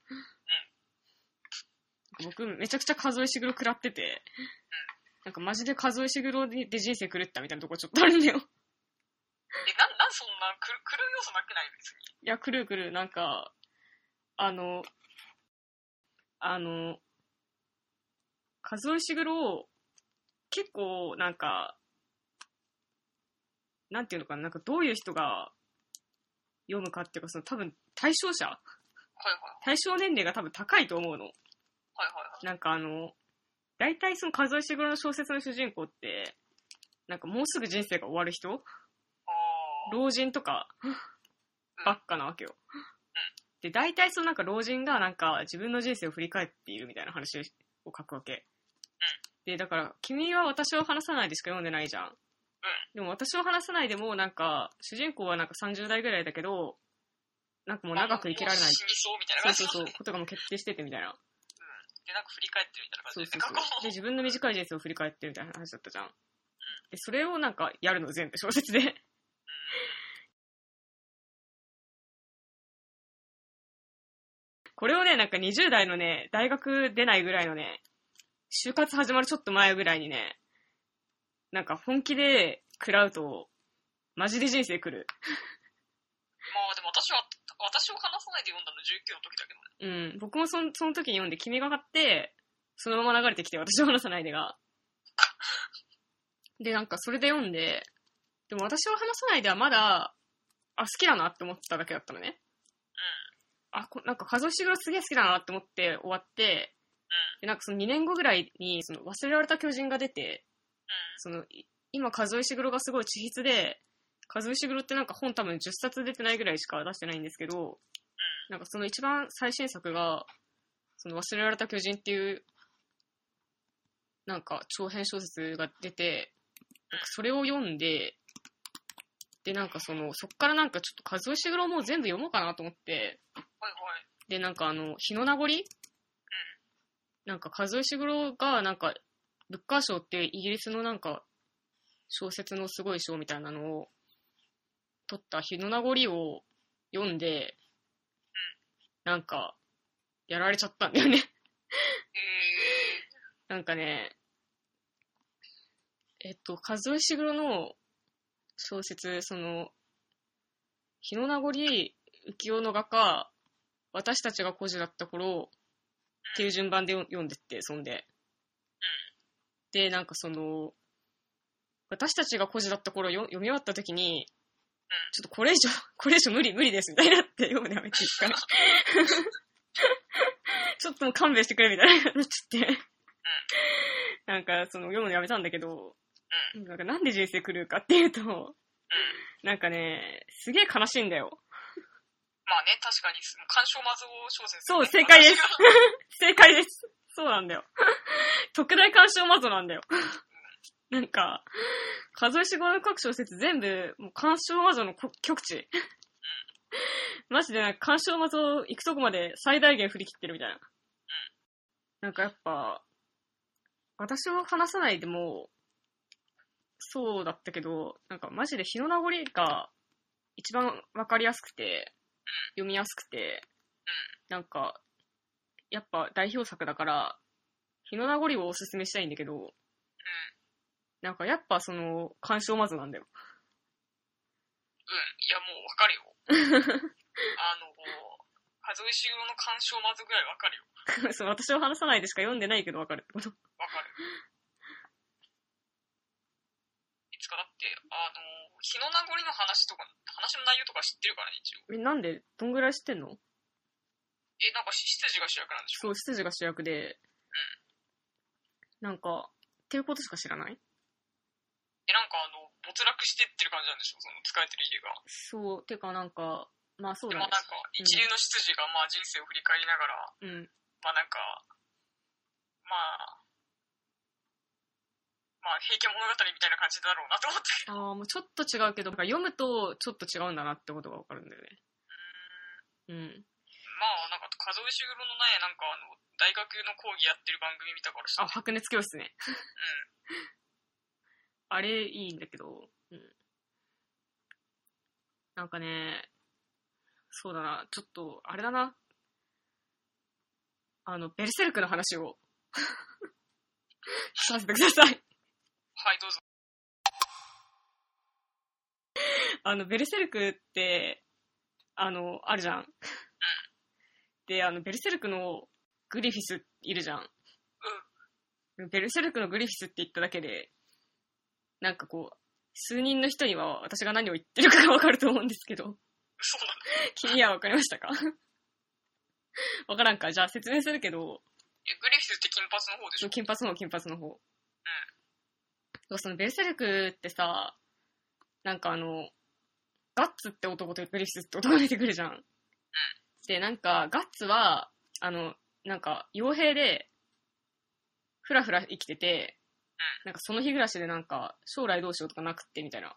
僕めちゃくちゃ数え石黒食らってて、なんかマジで数え石黒でで人生狂ったみたいなとこちょっとあるんだよ。え、なん、なんそんな、くる、くる要素なくない別に。いや、くるくる、なんか、あの、あの、和尾石黒、結構、なんか、なんていうのかな、なんかどういう人が読むかっていうか、その多分対象者、はいはい対象年齢が多分高いと思うの。はいはいはい。なんかあの、大体その和尾石黒の小説の主人公って、なんかもうすぐ人生が終わる人ああ。老人とかばっかなわけよ。で、大体そのなんか老人がなんか自分の人生を振り返っているみたいな話を書くわけ。で、だから、君は私を話さないでしか読んでないじゃん。でも私を話さないでもなんか、主人公はなんか30代ぐらいだけど、なんかもう長く生きられない。死にそうみたいそうな感じそうそう、ことがもう決定しててみたいな。で、なんか振り返ってるみたいなそ感うじそうで、過去そう。で、を。自分の短い人生を振り返ってみたいな話だったじゃん。で、それをなんかやるの全部小説で。これをね、なんか20代のね、大学出ないぐらいのね、就活始まるちょっと前ぐらいにね、なんか本気で食らうと、マジで人生来る。まあでも私は、私を話さないで読んだうの19の時だけどね。ん。僕もそんその時に読んで、君が買って、そのまま流れてきて、私を話さないでが。 で、なんかそれで読んで、でも私を話さないではまだ、あ、好きだなって思ってただけだったのね。あ、こなんか、風邪がすげえ好きだなって思って終わって、で、なんかその2年後ぐらいに、その忘れられた巨人が出て、その、い今、数石黒がすごい地筆で、数石黒ってなんか本多分10冊出てないぐらいしか出してないんですけど、なんかその一番最新作が、その忘れられた巨人っていう、なんか長編小説が出て、なんかそれを読んで、で、なんかその、そっからなんかちょっと数石黒もう全部読もうかなと思って、うん。はいはい。で、なんかあの、日の名残、なんか、数石黒が、なんか、ブッカー賞ってイギリスのなんか、小説のすごい賞みたいなのを、取った日の名残を読んで、なんか、やられちゃったんだよね。えー、なんかね、えっと、数石黒の小説、その、日の名残浮世の画家、私たちが孤児だった頃っていう順番でよ読んでって、そんで。で、なんかその、私たちが孤児だった頃よ読み終わった時に、ちょっとこれ以上、これ以上無理無理ですみたいになって読むのやめて一 回。ちょっともう勘弁してくれみたいになっちゃって。なんか、その、読むのやめたんだけど、なんか、なんで人生狂うかっていうと、なんかね、すげえ悲しいんだよ。まあね、確かに、その鑑賞魔像小説、そう正解です私が正解です。そうなんだよ。特大鑑賞マゾなんだよ。なんか、数えしごの各小説全部、もう鑑賞マゾのこ極致。マジでなんか鑑賞マゾ行くとこまで最大限振り切ってるみたいな。なんかやっぱ、私を話さないでも、そうだったけど、なんかマジで日の名残が一番わかりやすくて、読みやすくて、なんかやっぱ代表作だから、日の名残をおすすめしたいんだけど、なんかやっぱその、鑑賞まずなんだよ。 うん、いやもうわかるよ。あの、数えしろの鑑賞まずぐらいわかるよ。そう私を話さないでしか読んでないけどわかるってこと。わかる。いつかだって、あの、日の名残の話とか、話の内容とか知ってるからね、一応。え、なんで、どんぐらい知ってんのえ、なんか執事が主役なんでしそょう、執事が主役で、なんか、っていうことしか知らないえ、なんかあの、没落してってる感じなんでしょその疲れてる家が。そう、てかなんか、まあそうでだもねなん。か、一流の執事がまあ人生を振り返りながら、うん。まあなんか、まあ、まあ、平家物語みたいな感じだろうなと思って。ああ、もうちょっと違うけど、なんか読むとちょっと違うんだなってことがわかるんだよね。うん。まあ、なんか、数えしぐろのね、なんかあの、大学の講義やってる番組見たからさ、あ、白熱教室ね。あれ、いいんだけど、うん。なんかね、そうだな、ちょっと、あれだな。あの、ベルセルクの話を、させてください。はい、どうぞ。あの、ベルセルクって、あの、あるじゃん。で、あの、ベルセルクのグリフィスいるじゃん。ベルセルクのグリフィスって言っただけで、なんかこう、数人の人には私が何を言ってるかがわかると思うんですけど。 そうなんだ。君は分かりましたか 分からんかじゃあ説明するけど、え、グリフィスって金髪の方でしょ金髪の方、金髪の方。うん。そのベルセルクってさ、なんかあの、ガッツって男とグリフィスって男が出てくるじゃん。で、なんか、ガッツは、あの、なんか、傭兵で、ふらふら生きてて、なんかその日暮らしでなんか、将来どうしようとかなくってみたいな。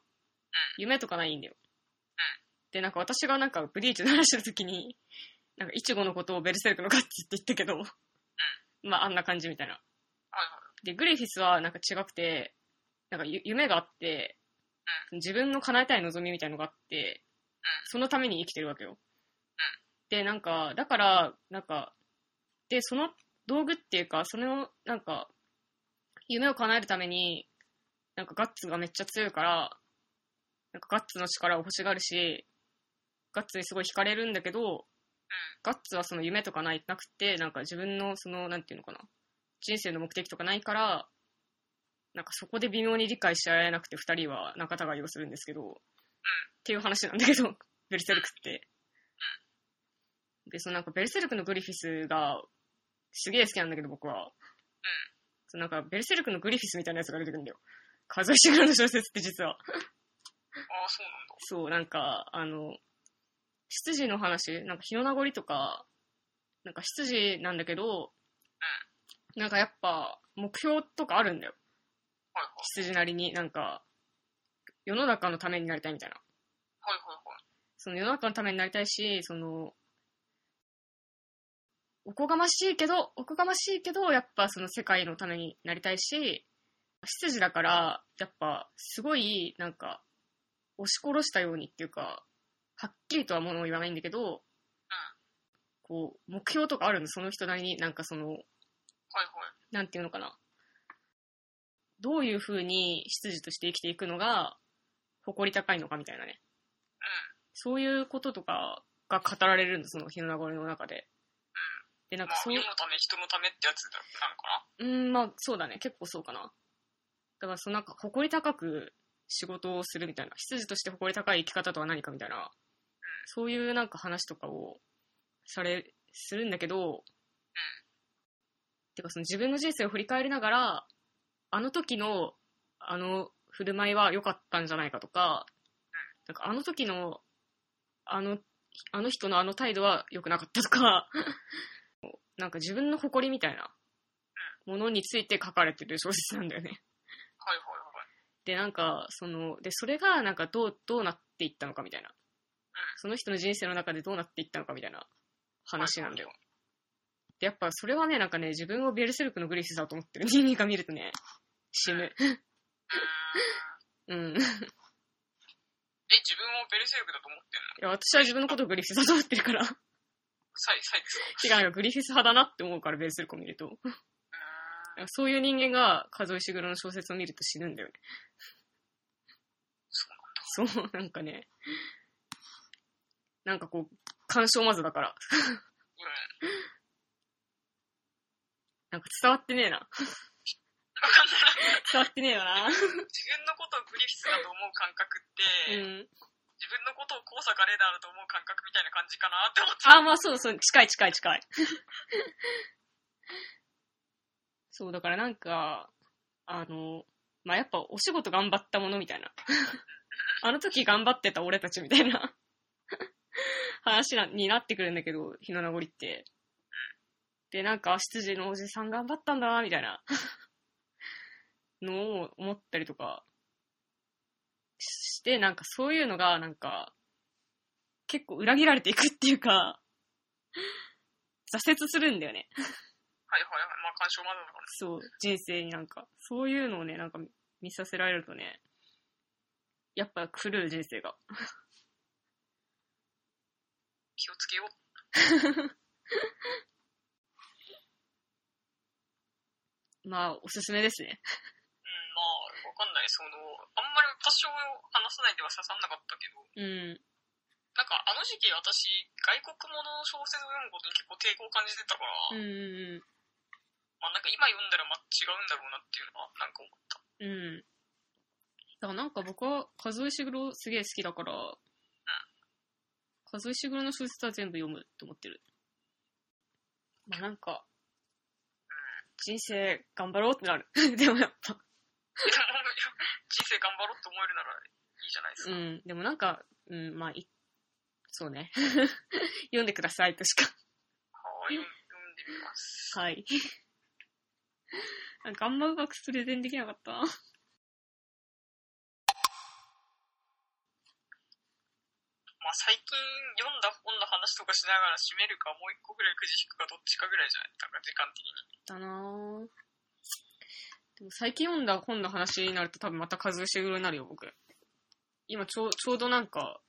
夢とかないんだよ。で、なんか私がなんかブリーチの話した時に、なんかイチゴのことをベルセルクのガッツって言ったけど、まああんな感じみたいな。はいはい。で、グリフィスはなんか違くて、なんかゆ夢があって、自分の叶えたい望みみたいのがあって、そのために生きてるわけよ。で、なんか、だから、なんか、で、その道具っていうか、その、なんか、夢を叶えるために、なんかガッツがめっちゃ強いから、なんかガッツの力を欲しがるし、ガッツにすごい惹かれるんだけど、ガッツはその夢とかない、なくて、なんか自分のその、なんていうのかな、人生の目的とかないから、なんかそこで微妙に理解し合えなくて二人は仲違いをするんですけど、っていう話なんだけど、 ベルセルクって。で、そのなんかベルセルクのグリフィスが、すげえ好きなんだけど僕は。そのなんかベルセルクのグリフィスみたいなやつが出てくるんだよ。数えシグラの小説って実は。ああ、そうなんだ。そう、なんか、あの、執事の話、なんか日の名残とか、なんか執事なんだけど、なんかやっぱ目標とかあるんだよ。はいは執い。事なりに、なんか、世の中のためになりたいみたいな。はいはいはい。その世の中のためになりたいし、その、おこがましいけど、おこがましいけど、やっぱその世界のためになりたいし、執事だから、やっぱすごい、なんか、押し殺したようにっていうか、はっきりとはものを言わないんだけど、こう、目標とかあるの、その人なりに、なんかその、はいはい。なんていうのかな。どういう風に執事として生きていくのが、誇り高いのかみたいなね。そういうこととかが語られるんだ、その日の名残の中で。で、なんまかあ、そう世、のため、人のためってやつなのかな。うん、まあそうだね、結構そうかな。だからそのなんか誇り高く仕事をするみたいな、執事として誇り高い生き方とは何かみたいな、そういうなんか話とかをされ、するんだけど、てかその自分の人生を振り返りながら、あの時のあの振る舞いは良かったんじゃないかとか、なんかあの時のあの、あの人のあの態度は良くなかったとか、 なんか自分の誇りみたいなものについて書かれてる小説なんだよ ね。はいはいはい。で、なんか、その、で、それがなんかどう、どうなっていったのかみたいな。その人の人生の中でどうなっていったのかみたいな話なんだよ。で、やっぱそれはね、なんかね、自分をベルセルクのグリフィスだと思ってる 人間が見るとね、死ぬ。うーん。うん。いえ、自分をベルセルクだと思ってんのや、私は自分のことをグリフィスだと思ってるから。サイ、サイですかてか、なんかグリフィス派だなって思うから、ベルセルクを見ると。うーん。そういう人間が、数石黒の小説を見ると死ぬんだよね。そうそう、なんかね。なんかこう、干渉まずだから。 うん。なんか伝わってねえな。わかんない。 伝わってねえよな。自分のことをグリフィスだと思う感覚っうて、ん。自分のことを高坂レーダーだと思う感覚みたいな感じかなって思って。あ、まあそうそう、近い近い近い。 そう、だからなんか、あの、まあやっぱお仕事頑張ったものみたいな。 あの時頑張ってた俺たちみたいな 話なになってくるんだけど、日の名残って。で、なんか、執事のおじさん頑張ったんだな、みたいな のを思ったりとかしして、なんかそういうのが、なんか、結構裏切られていくっていうか、挫折するんだよね。はいはいはい。まあ、干渉まだだから。そう、人生になんか。そういうのをね、なんか見させられるとね、やっぱ狂う人生が。気をつけよう。まあ、おすすめですね。うん、まあ、わかんない。その、あんまり私を話さないでは刺さんなかったけど、うん。なんかあの時期私、外国物の小説を読むことに結構抵抗を感じてたから、うんうんまあなんか今読んだらまあ違うんだろうなっていうのは、なんか思った。うん。うん。だからなんか僕は、数石黒すげえ好きだから、数石黒の小説は全部読むって思ってる。まあなんか、人生頑張ろうってなる。 でもやっぱ。でも人生頑張ろうと思えるならいいじゃないですうか。ん、でもなんか、うん、まあ、いそうね。 読んでくださいとしか。はい、読ん読んでみます。はい。なんかあんまうまくプレゼンできなかったな。まあ最近読んだ本の話とかしながら締めるか、もう一個ぐらいくじ引くかどっちかぐらいじゃないなんか時間的に。だなぁでも最近読んだ本の話になると多分また数えしぐろになるよ、僕。今ちょう、ちょうどなんか、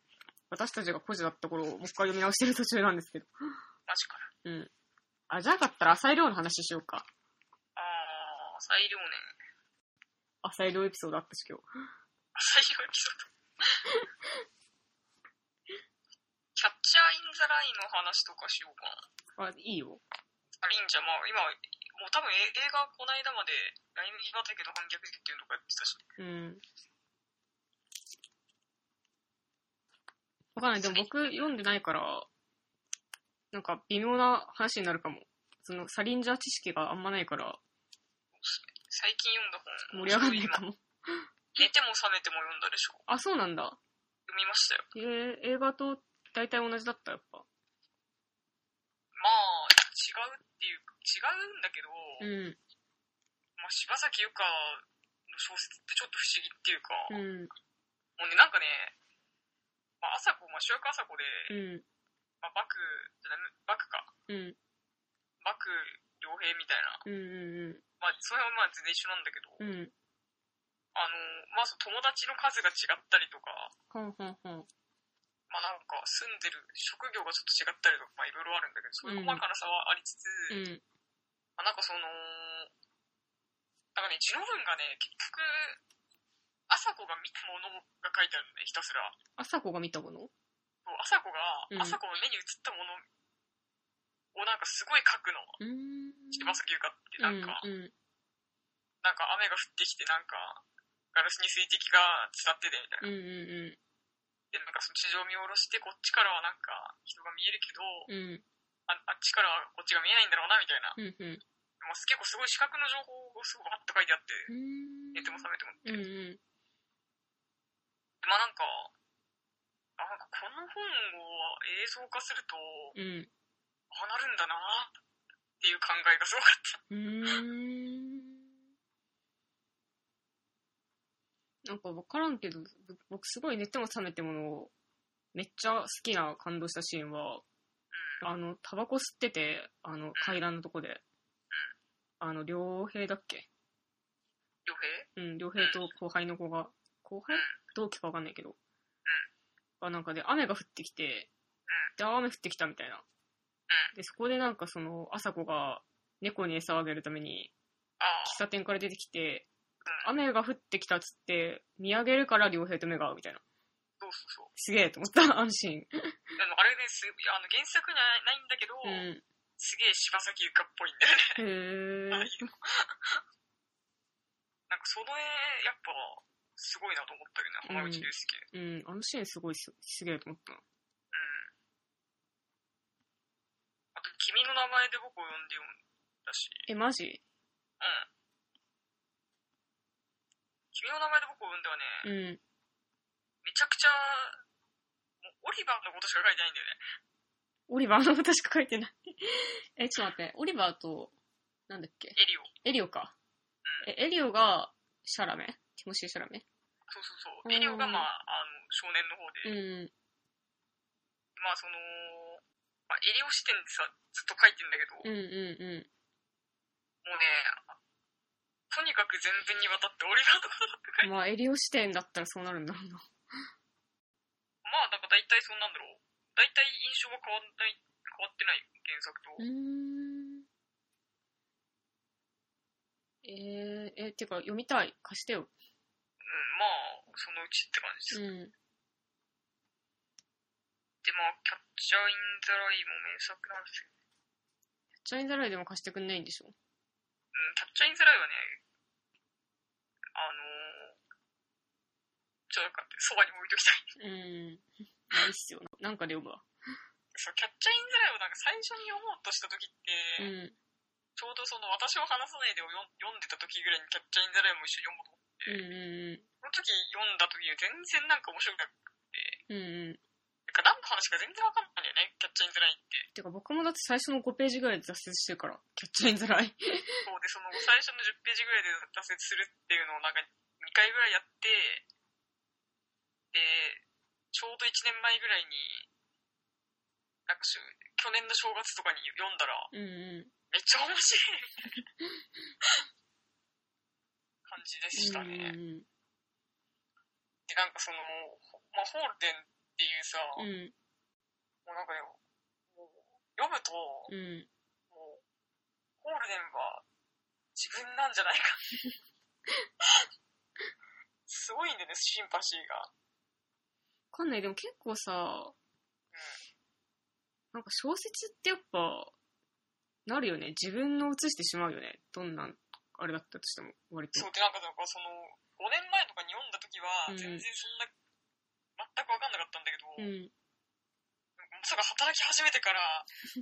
私たちが孤児だった頃をもう一回読み直してる途中なんですけど。マジかよ。うん。あ、じゃなかったら浅井亮の話しようか。あー、浅井亮ね。浅井亮エピソードあったし今日。浅井亮エピソード。キャッチャーインザラインの話とかしようかな。あ、いいよ。あリンちゃん、まあ今、もう多分え映画こないだまで、ライン岩竹の反逆っていうのとかやってたし、うん。わかんない。でも僕読んでないから、なんか微妙な話になるかも。そのサリンジャー知識があんまないから最近読んだ盛本。り上がらないかも。今寝ても覚めても読んだでしょ。あ、そうなんだ。読みましたよ。えー映画と大体同じだった、やっぱ。まあ、違うっていう、違うんだけど、うん。まあ柴崎由香の小説ってちょっと不思議っていうか、うん。もうね、なんかね、まあ、朝子、まあ、主役朝子で、うん。まあ、幕、じゃなうい幕か、ん。幕良平みたいな、うん。うん。まあ、その辺はまあ全然一緒なんだけど、うん。うん。あの、まあ、その友達の数が違ったりとか、ほんほんほん。まあ、なんか住んでる職業がちょっと違ったりとか、まあ、いろいろあるんだけど、そういう細かな差はありつつ、うん。まあ、なんかその、なんかね、字の文がね、結局、朝子が見たものが書いてあるのね、ひたすら。朝子が見たものそう朝子うんが、朝子の目に映ったものをなんかすごい書くの。うーん。柴崎優香ってなんか、うん。うん。なんか雨が降ってきてなんか、ガラスに水滴が伝っててみたうん。いな。うで、なんかその地上を見下ろして、こっちからはなんか人が見えるけん。うん。ど、ああっちからはこっちが見えないんだろうなみたいうん。うん。な。まあ、結構すごい視覚の情報をすごいバッと書いてあって、寝ても覚めてもって。うん。でうん。まあなんか、あ、なんかこの本を映像化すると、うん。ああなるんだなっていう考えがすごかった。うーんなんか分からんけど、ぼ僕すごい寝ても覚めてもの、めっちゃ好きな感動したシーンは、あの、タバコ吸ってて、あの、階段のとこで、あの、良平だっけ良平うん、良平と後輩の子が、後輩同期か分かんないけど、がなんかで、雨が降ってきて、で、あ雨降ってきたみたいな。で、そこでなんかその、朝子が猫に餌をあげるために、ああ、喫茶店から出てきて、雨が降ってきたっつって、見上げるから両平と目が合うみたいな。そうそうそう。すげえと思った、 あのシあの、あれです、あの、原作にはないんだけど、ーン。すげえ柴崎ゆかっぽいんだよね。うん。へああーいうのなんかその絵、やっぱ、すごいなと思ったけどね、浜口竜介。うん、あのシーンすごいすすげえと思ったな。あと、君の名前で僕を呼んで読んだし、え、マジうん。君の名前で僕を呼んではうね、ん。めちゃくちゃ、もうオリバーのことしか書いてないんだよね。オリバー の歌しか書いてない。え、ちょっと待って、オリバーと、なんだっけ、エリオ。エリオか。え、エリオが、シャラメティモシー・シャラメそうそうそうう。んエリオが、まあ、あの、少年の方うで、ん。まあ、その、まあ、エリオ視点でさ、ずっと書いてんだけど、うんうんうもうね、とにかく全然にわたってオリバーのことばっか書いてん。まあ、エリオ視点だったらそうなるんだろうな。まあ、なんか大体そんなんだろう。大体印象は変わんない、変わってない、原作と。うーんえー、えてか読みたい貸してようん、まあ、そのうちって感じんです。で、まあ、キャッチャー・イン・ザ・ライも名作なんですけど、チャインザライでも貸してくんないんでしょうん、キャッチャー・イン・ザ・ライはね、あのー、ちょっと待って、そばに置いときうんたい。ないっすよなんかで読むわそう、キャッチャー・イン・ザ・ライをなんか最初に読もうとした時うって、んちょうどその、私を話さないでを読ん読んでた時ぐらいにキャッチャー・イン・ザ・ライも一緒に読もうんうと思って。その時読んだ時に全然なんか面白くなうんうんうくんて、なんか何の話か全然わかんないんだよね、キャッチャー・イン・ザ・ライって。てか僕もだって最初の5ページぐらいで挫折してるからキャッチャインザライそうで、その最初の10ページぐらいで挫折するっていうのをなんか2回ぐらいやって、で、ちょうど1年前ぐらいに、なんかしゅ去年の正月とかに読んだら、うんうめっちゃ面白い感じでんしたうんね。うんで、なんかその、まあ、ホールデンっていうさ、うもん、うなんかね、もう読むと、うん。もう、ゴールデンは自分なんじゃないか。すごいんだよね、シンパシーが。わかんない。でも結構さ、なんか小説ってやっぱ、なるよね。自分の映してしまうよね。どんな、あれだったとしても、割とそう。で、なんか、なんかその、5年前とかに読んだ時はう、ん全然そんな、全く分かんなかったんだけど、うん。まさか働き始め てから、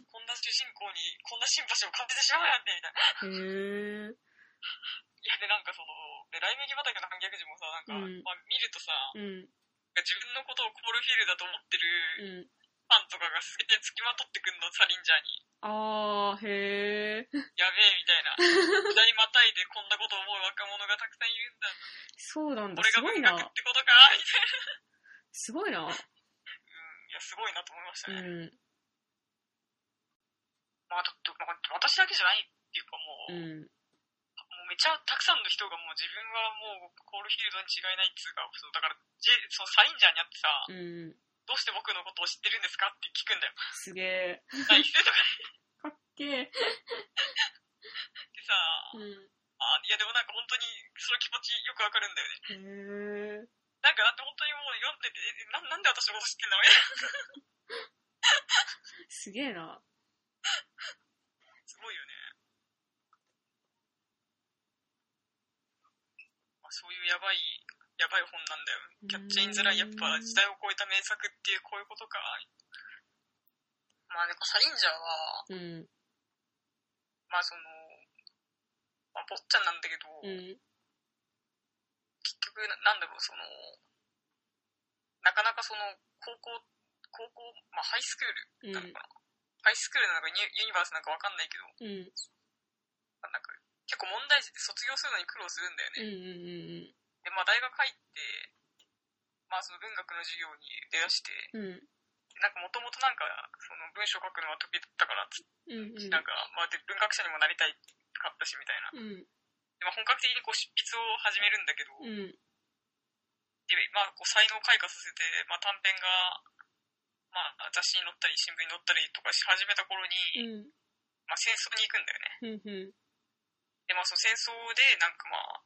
こんな主人公に、こんなシンパシーを感じてしまうなんて、みたいな。へえ。いや、で、なんかその、で、雷鳴畑の反逆時もさ、なんか、うんまあ、見るとさ、うん、自分のことをコールフィールだと思ってうるん。ファンとかがすげえ付きまとってくんの、サリンジャーに。あー、へえ。やべえみたいな。時代またいでこんなこと思う若者がたくさんいるんだ。そうなんだ。俺 すがごい文な。学ってことかみたいな。すごいな。うん、いや、すごいなと思いましうたね。ん、まあ、だって、まあ私だけじゃないっていうかうもう、ん。もうめちゃたくさんの人がもう自分はもうコールフィールドに違いないっつうか、そうだから、J、そのサインジャーにあってさ、うん。どうして僕のことを知ってるんですかって聞くんだよ。すげえ。何してとかかっけえ。言ってさ、うあいやでもなんか本当にその気持ちよくわかるんだよね。ん。へえ。なんかだって本当にもう読んでて、えななんで私のこと知ってんだろうすげえな。すごいよね。まあ、そういうやばい、やばい本なんだよ。キャッチャーインズラインやっぱ時代を超えた名作ってこういうことか。まあね、サリンジャうーは、ん。まあその、まあ坊っちゃんなんだけど、うん。結局な、なんだろう、その、なかなかその、高校、高校、まあハイスクールうんなの。かな。ハイスクールなのかユニユニバースなのかわかんないけど、うん。うん。なんか結構問題児って卒業するのに苦労するんだよねうん。。うん。で、まあ、大学入って、まあ、その文学の授業に出だして、うん。なんか、もともとなんか、その文章書くのは得意だったからっつって、うん。うん。なんか、まあ、で、文学者にもなりたいかったし、みたいな。うん。で、まあ、本格的にこう、執筆を始めるんだけど、うん。うん。で、まあ、こう、才能を開花させて、まあ、短編が、まあ、雑誌に載ったり、新聞に載ったりとかし始めた頃に、うん。まあ、戦争に行くんだうん。よね。で、まあ、その戦争で、なんかまあ、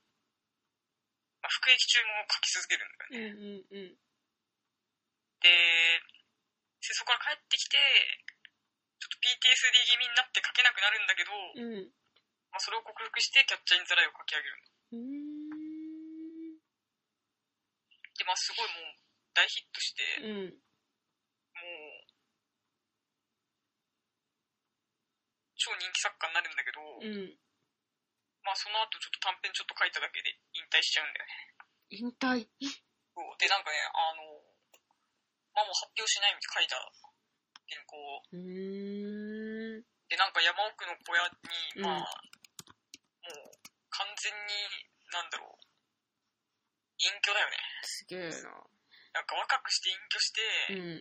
まあ、服役中も書き続けるんだうん。うん。よね。で、でそこから帰ってきて、ちょっと PTSD 気味になって書けなくなるんだけど、うん。まあ、それを克服してキャッチャーインザライを書き上げる。うで、まあすごいもう大ヒットして、もん。う、超人気作家になるんだけど、うん。まあその後ちょっと短編ちょっと書いただけで引退しちゃうんだよね。引退。そうで、なんかね、あの、まあもう発表しないみたいに書いた原稿をうん。で、なんか山奥の小屋うに、んまあ、もう、完全に、なんだろう、隠居だよね。すげえな。なんか若くして隠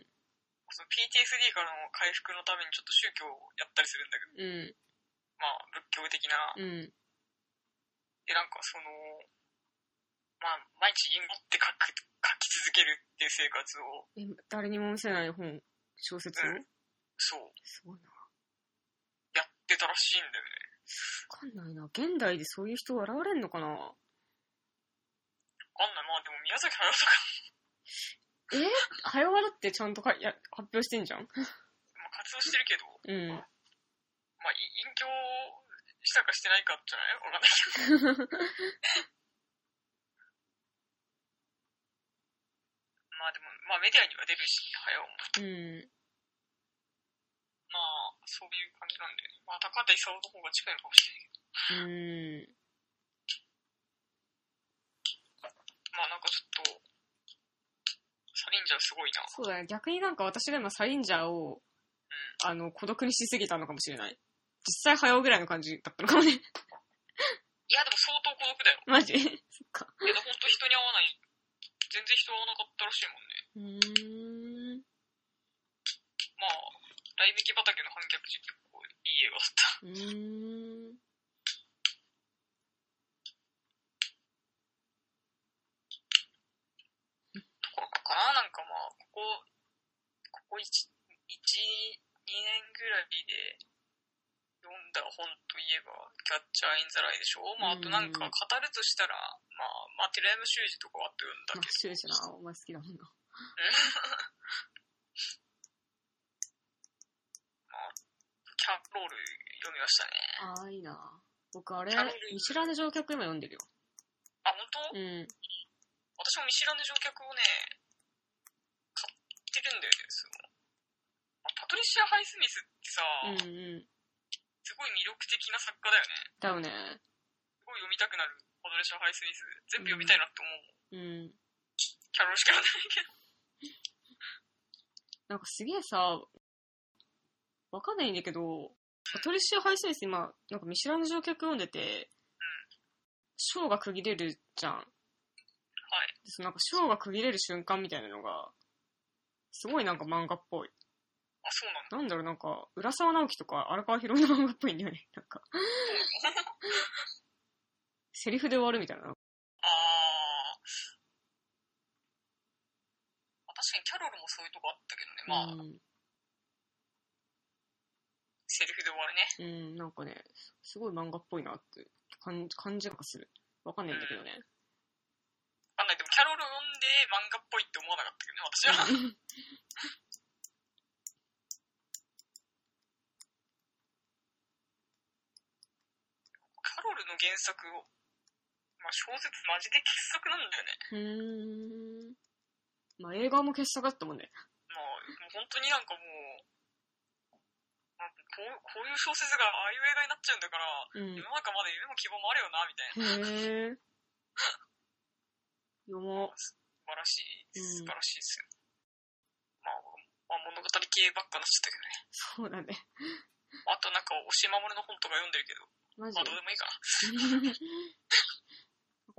う、ん。居してその PTSD からの回復のためにちょっと宗教をやったりするんだけうど、まあ、仏教的な。ん。うん。で、なんかその、まあ、毎日陰謀って書く、書き続けるっていう生活を、え、誰にも見せない本、小説をそう、すごいな。わやってたらしいんかだよね。んないな。現代でそういう人現れんのかなわかんない。まあでも宮崎駿とか、え早わだってちゃんとかいや発表してんじゃんまあ活動してるけど、うん。まあ、い隠居したかしてないかじゃないわかんないけど。まあでも、まあメディアには出るし、早尾も。うん。まあ、そういう感じなんだよね。まあ、高畑勲の方が近いのかもしれないけうん。ど。まあなんかちょっと、サリンジャーすごいな。そうだね。逆になんか私が今サリンジャーを、あの、孤独にしすぎたのかもしれない。実際早尾ぐらいの感じだったのかもね。 いや、でも相当孤独だよ。マジそっか。けど本当人に会わない。全然人会わなかったらしいもんうね。ーん。まあ、雷引き畑の反逆時結構いい映画だった。うーん。ところかななんかまあ、ここここ1、1、2年ぐらいで読んだ本といえば、キャッチャーインザライでしょまあ、あとなんかうん語るとしたら、まあ、まあ、寺山修司とかはってま読んだあけ、シュどーシュ。な、お前好きだもんな。キャロール読みましたああ、ね。いいな。僕、あれキャロル、見知らぬ乗客今読んでるよ。あ、本う当、ん。私も見知らぬ乗客をね、買ってるんだよね、その。まあパトリシア・ハイスミスってさ、うんうん。すごい魅力的な作家だよだね。よね。すごい読みたくなる、パトリシア・ハイスミス。全部読みたいなって思う。うん。キャロルしか読んでないけど。なんかすげえさ、わかんないんだけど、パトリシア・ハイセンス今、なんか見知らぬ乗客読んでて、ショーが区切れるじゃん。はいでそのなんかショーが区切れる瞬間みたいなのが、すごいなんか漫画っぽい。あ、そうなんだ。なんだろう、なんか、浦沢直樹とか荒川博の漫画っぽいんだよね。 なんか、セリフで終わるみたいな。あー。まあ確かにキャロルもそういうとこあったけどね。まあ、うんセリフで終わるね。うん、なんかね、すごい漫画っぽいなって感感じがする。わかんないんだけどね。わかんない。でもキャロルを読んで漫画っぽいって思わなかったけどね、私は。 カロルの原作を、まあ、小説マジで傑作なんだようーん。ね。まあ、映画も傑作だったもんね。まあ、もう本当になんかもう、なんかこうこういう小説がああいう映画になっちゃうんだから、うん世の中まだ夢も希望もあるよな、みたへえ。いな。読も素晴らしい、うん素晴らしいですよ。まあ、まあ、物語系ばっかなっちゃったけどう。そうだね。ね。あとなんか、押井守の本とか読んでるけど、マジまあでどう。でもいいかな。なん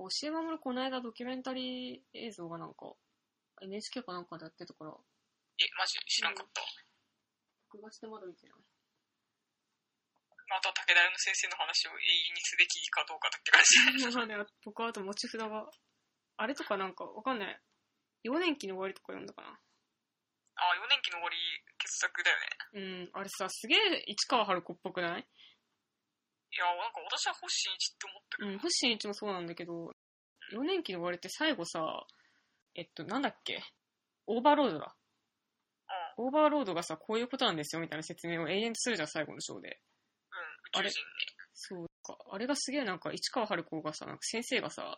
か教え守るこの間ドキュメンタリー映像がなんか、NHK かなんかでやってたから、え、マジ知らんかったわ。録画してまだ見てない。また武田屋の先生の話を永遠にすべきかどうかだって感じ。なんかね、僕 はあと持ち札が、あれとかなんかわかんない。幼年期の終わりとか読んだかな。あ、4年期の終わり、傑作だよね。うん、あれさ、すげえ市川春子っぽくないいや、なんか私は星一って思ってうる。ん、星新一もそうなんだけど、4年期の終わりって最後さ、えっと、なんだっけオーバーロードだ。オーバーロードがさ、こういうことなんですよみたいな説明を永遠とするじゃん、最後の章で。うん、宇宙人ね。そうか。あれがすげえなんか、市川春子がさ、なんか先生がさ、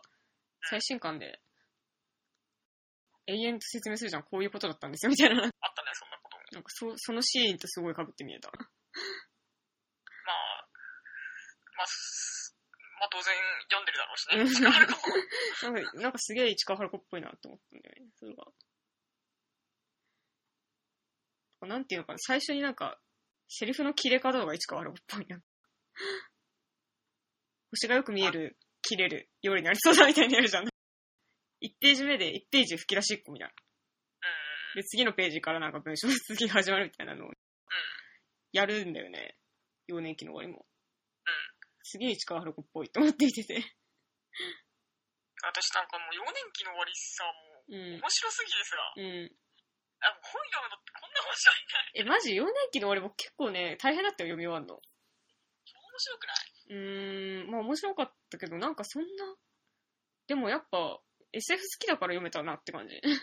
最新刊で、永遠と説明するじゃん、こういうことだったんですよみたいな。あったね、そんなことも。なんかそ、そのシーンとすごい被って見えた。まあ、まあ、すまあ当然読んでるだろうしね。うんそれ はあるかも。なんか、なんかすげえ市川春子っぽいなって思ったんだよね、それが。なんていうのかな、最初になんか、セリフの切れ方が市川春子っぽいな。 星がよく見える、切れる、ようになりそうだみたいになるじゃん。1ページ目で1ページ吹き出しっこみたいな。うん。で、次のページからなんか文章の 続きが始まるみたいなのを、やるんだよね。幼年期の終わりも。うんすげえ市川春子っぽいと思って見てて。私なんかもう4年期の終わりさ、もうう面ん。白すぎてさ、うん。あ本読むのってこんな面白いんだえ、マジ ?4 年期の俺も結構ね、大変だったよ、読み終わんの。面白くないうーん、まあ面白かったけど、なんかそんな、でもやっぱ SF 好きだから読めたなって感じ。 なん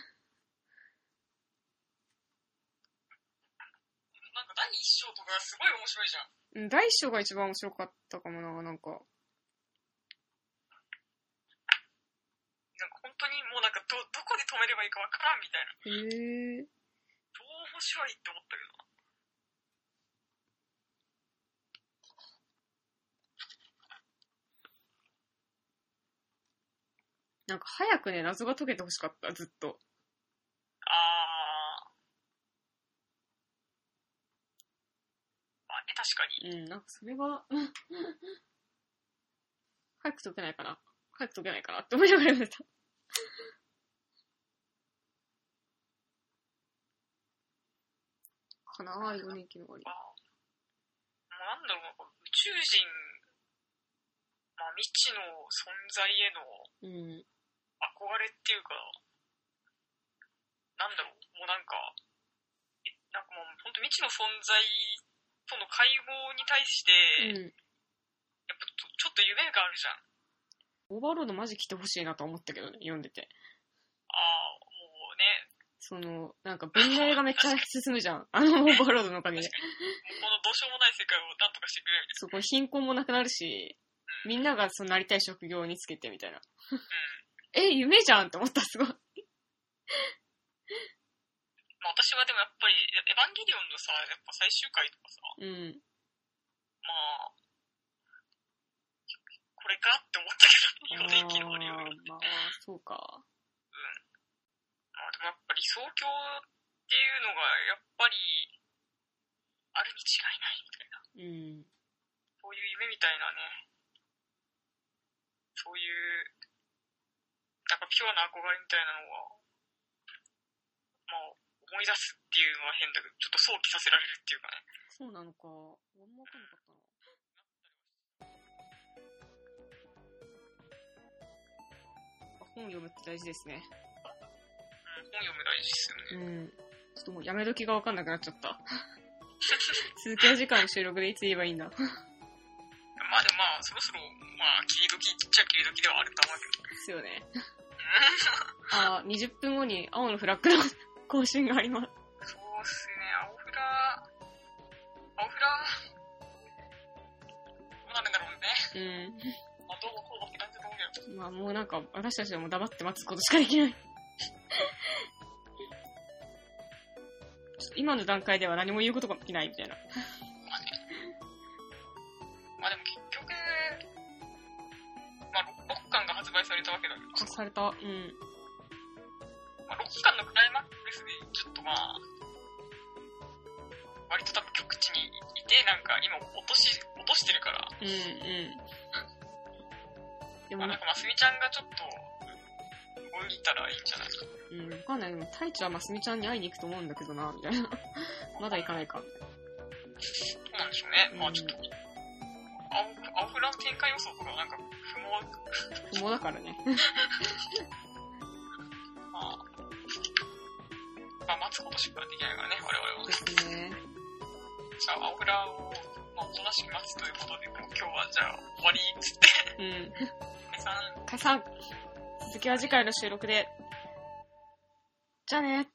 か第一章とかすごい面白いじゃん。うん第一章が一番面白かったかもな、なんか。なんか本当にもうなんかど、どこで止めればいいかわからんみたいな。へえ。どう面白いって思ったけどな。なんか早くね、謎が解けてほしかった、ずっと。あー。まあね、確かに。うん、なんかそれが、 早く解けないかな。早く解けないかなって思いながら読んでた。かなぁ、4年期の終わり。まあ、なんだろうな、宇宙人、まあ、未知の存在へのうん。憧れっていうか、なんだろう、もうなんか、え本当未知の存在との会合に対して、うん。やっぱちょちょっと夢があるじゃん。オーバーロードマジ来てほしいなと思ったけどね、読んでて。ああ、もうね、その、なんか文明がめっちゃ進むじゃん。 あのオーバーロードのおかげで。もうこのどうしようもない世界をなんとかしてくれるみたいな。そこ貧困もなくなるし、みんながそのなりたい職業につけてみたいな。え、夢じゃんって思った、すごい。まあ、私はでもやっぱり、エヴァンゲリオンのさ、やっぱ最終回とかさ、うん。まあ、これかって思ったけど、ね、4年期のあれよりは。まあ、そうか。まあでもやっぱ理想郷っていうのがやっぱりあるに違いないみたいうな。ん。そういう夢みたいなね。そういう、なんかピュアな憧れみたいなのは、まあ思い出すっていうのは変だけど、ちょっと想起させられるっていうかね。そうなのか。俺もわかんなかったな。本読むって大事ですね。うん、本読む大事ですよね。うん。ちょっともうやめ時がわかんなくなっちゃった。 通勤時間の収録でいつ言えばいいんだ。でまあでもまあ、そろそろ、まあ、切り時っちゃ切り時ではあると思うけど。すよね。あー、20分後に青のフラッグの更新があります。そうっすね、青フラ、青フラ、どうなるんだろううね。ん。まあ、どうもこうもって感じだと思うけど。まあもうなんか私たちはもう黙って待つことしかできない。ちょっと今の段階では何も言うことができないみたいな。まあね。まあでも結局、まあ、6巻が発売されたわけだけどあ、された。うん。まあ、6巻のクライマックスで、ちょっとまあ、割と多分極地にいて、なんか今落とし、落としてるから、うん、うん。でまもあ、ななんかますみちゃんがちょっと、動いたらいいんじゃないか。うん、わかんない。でも、太一はますみちゃんに会いに行くと思うんだけどな、みたいな。まだ行かないか。そうなんでしょうね。まうあんちょっと、青フ青フラの展開予想とかなんか不毛、不毛だからね。まあ、まあ待つことしかできないからね、我々は。ですね。じゃあ、青フラを、まあ、おとなしく待つということで、もう今日はじゃあ終わりっつって、うん。解散。解散続きは次回の収録で。じゃあね。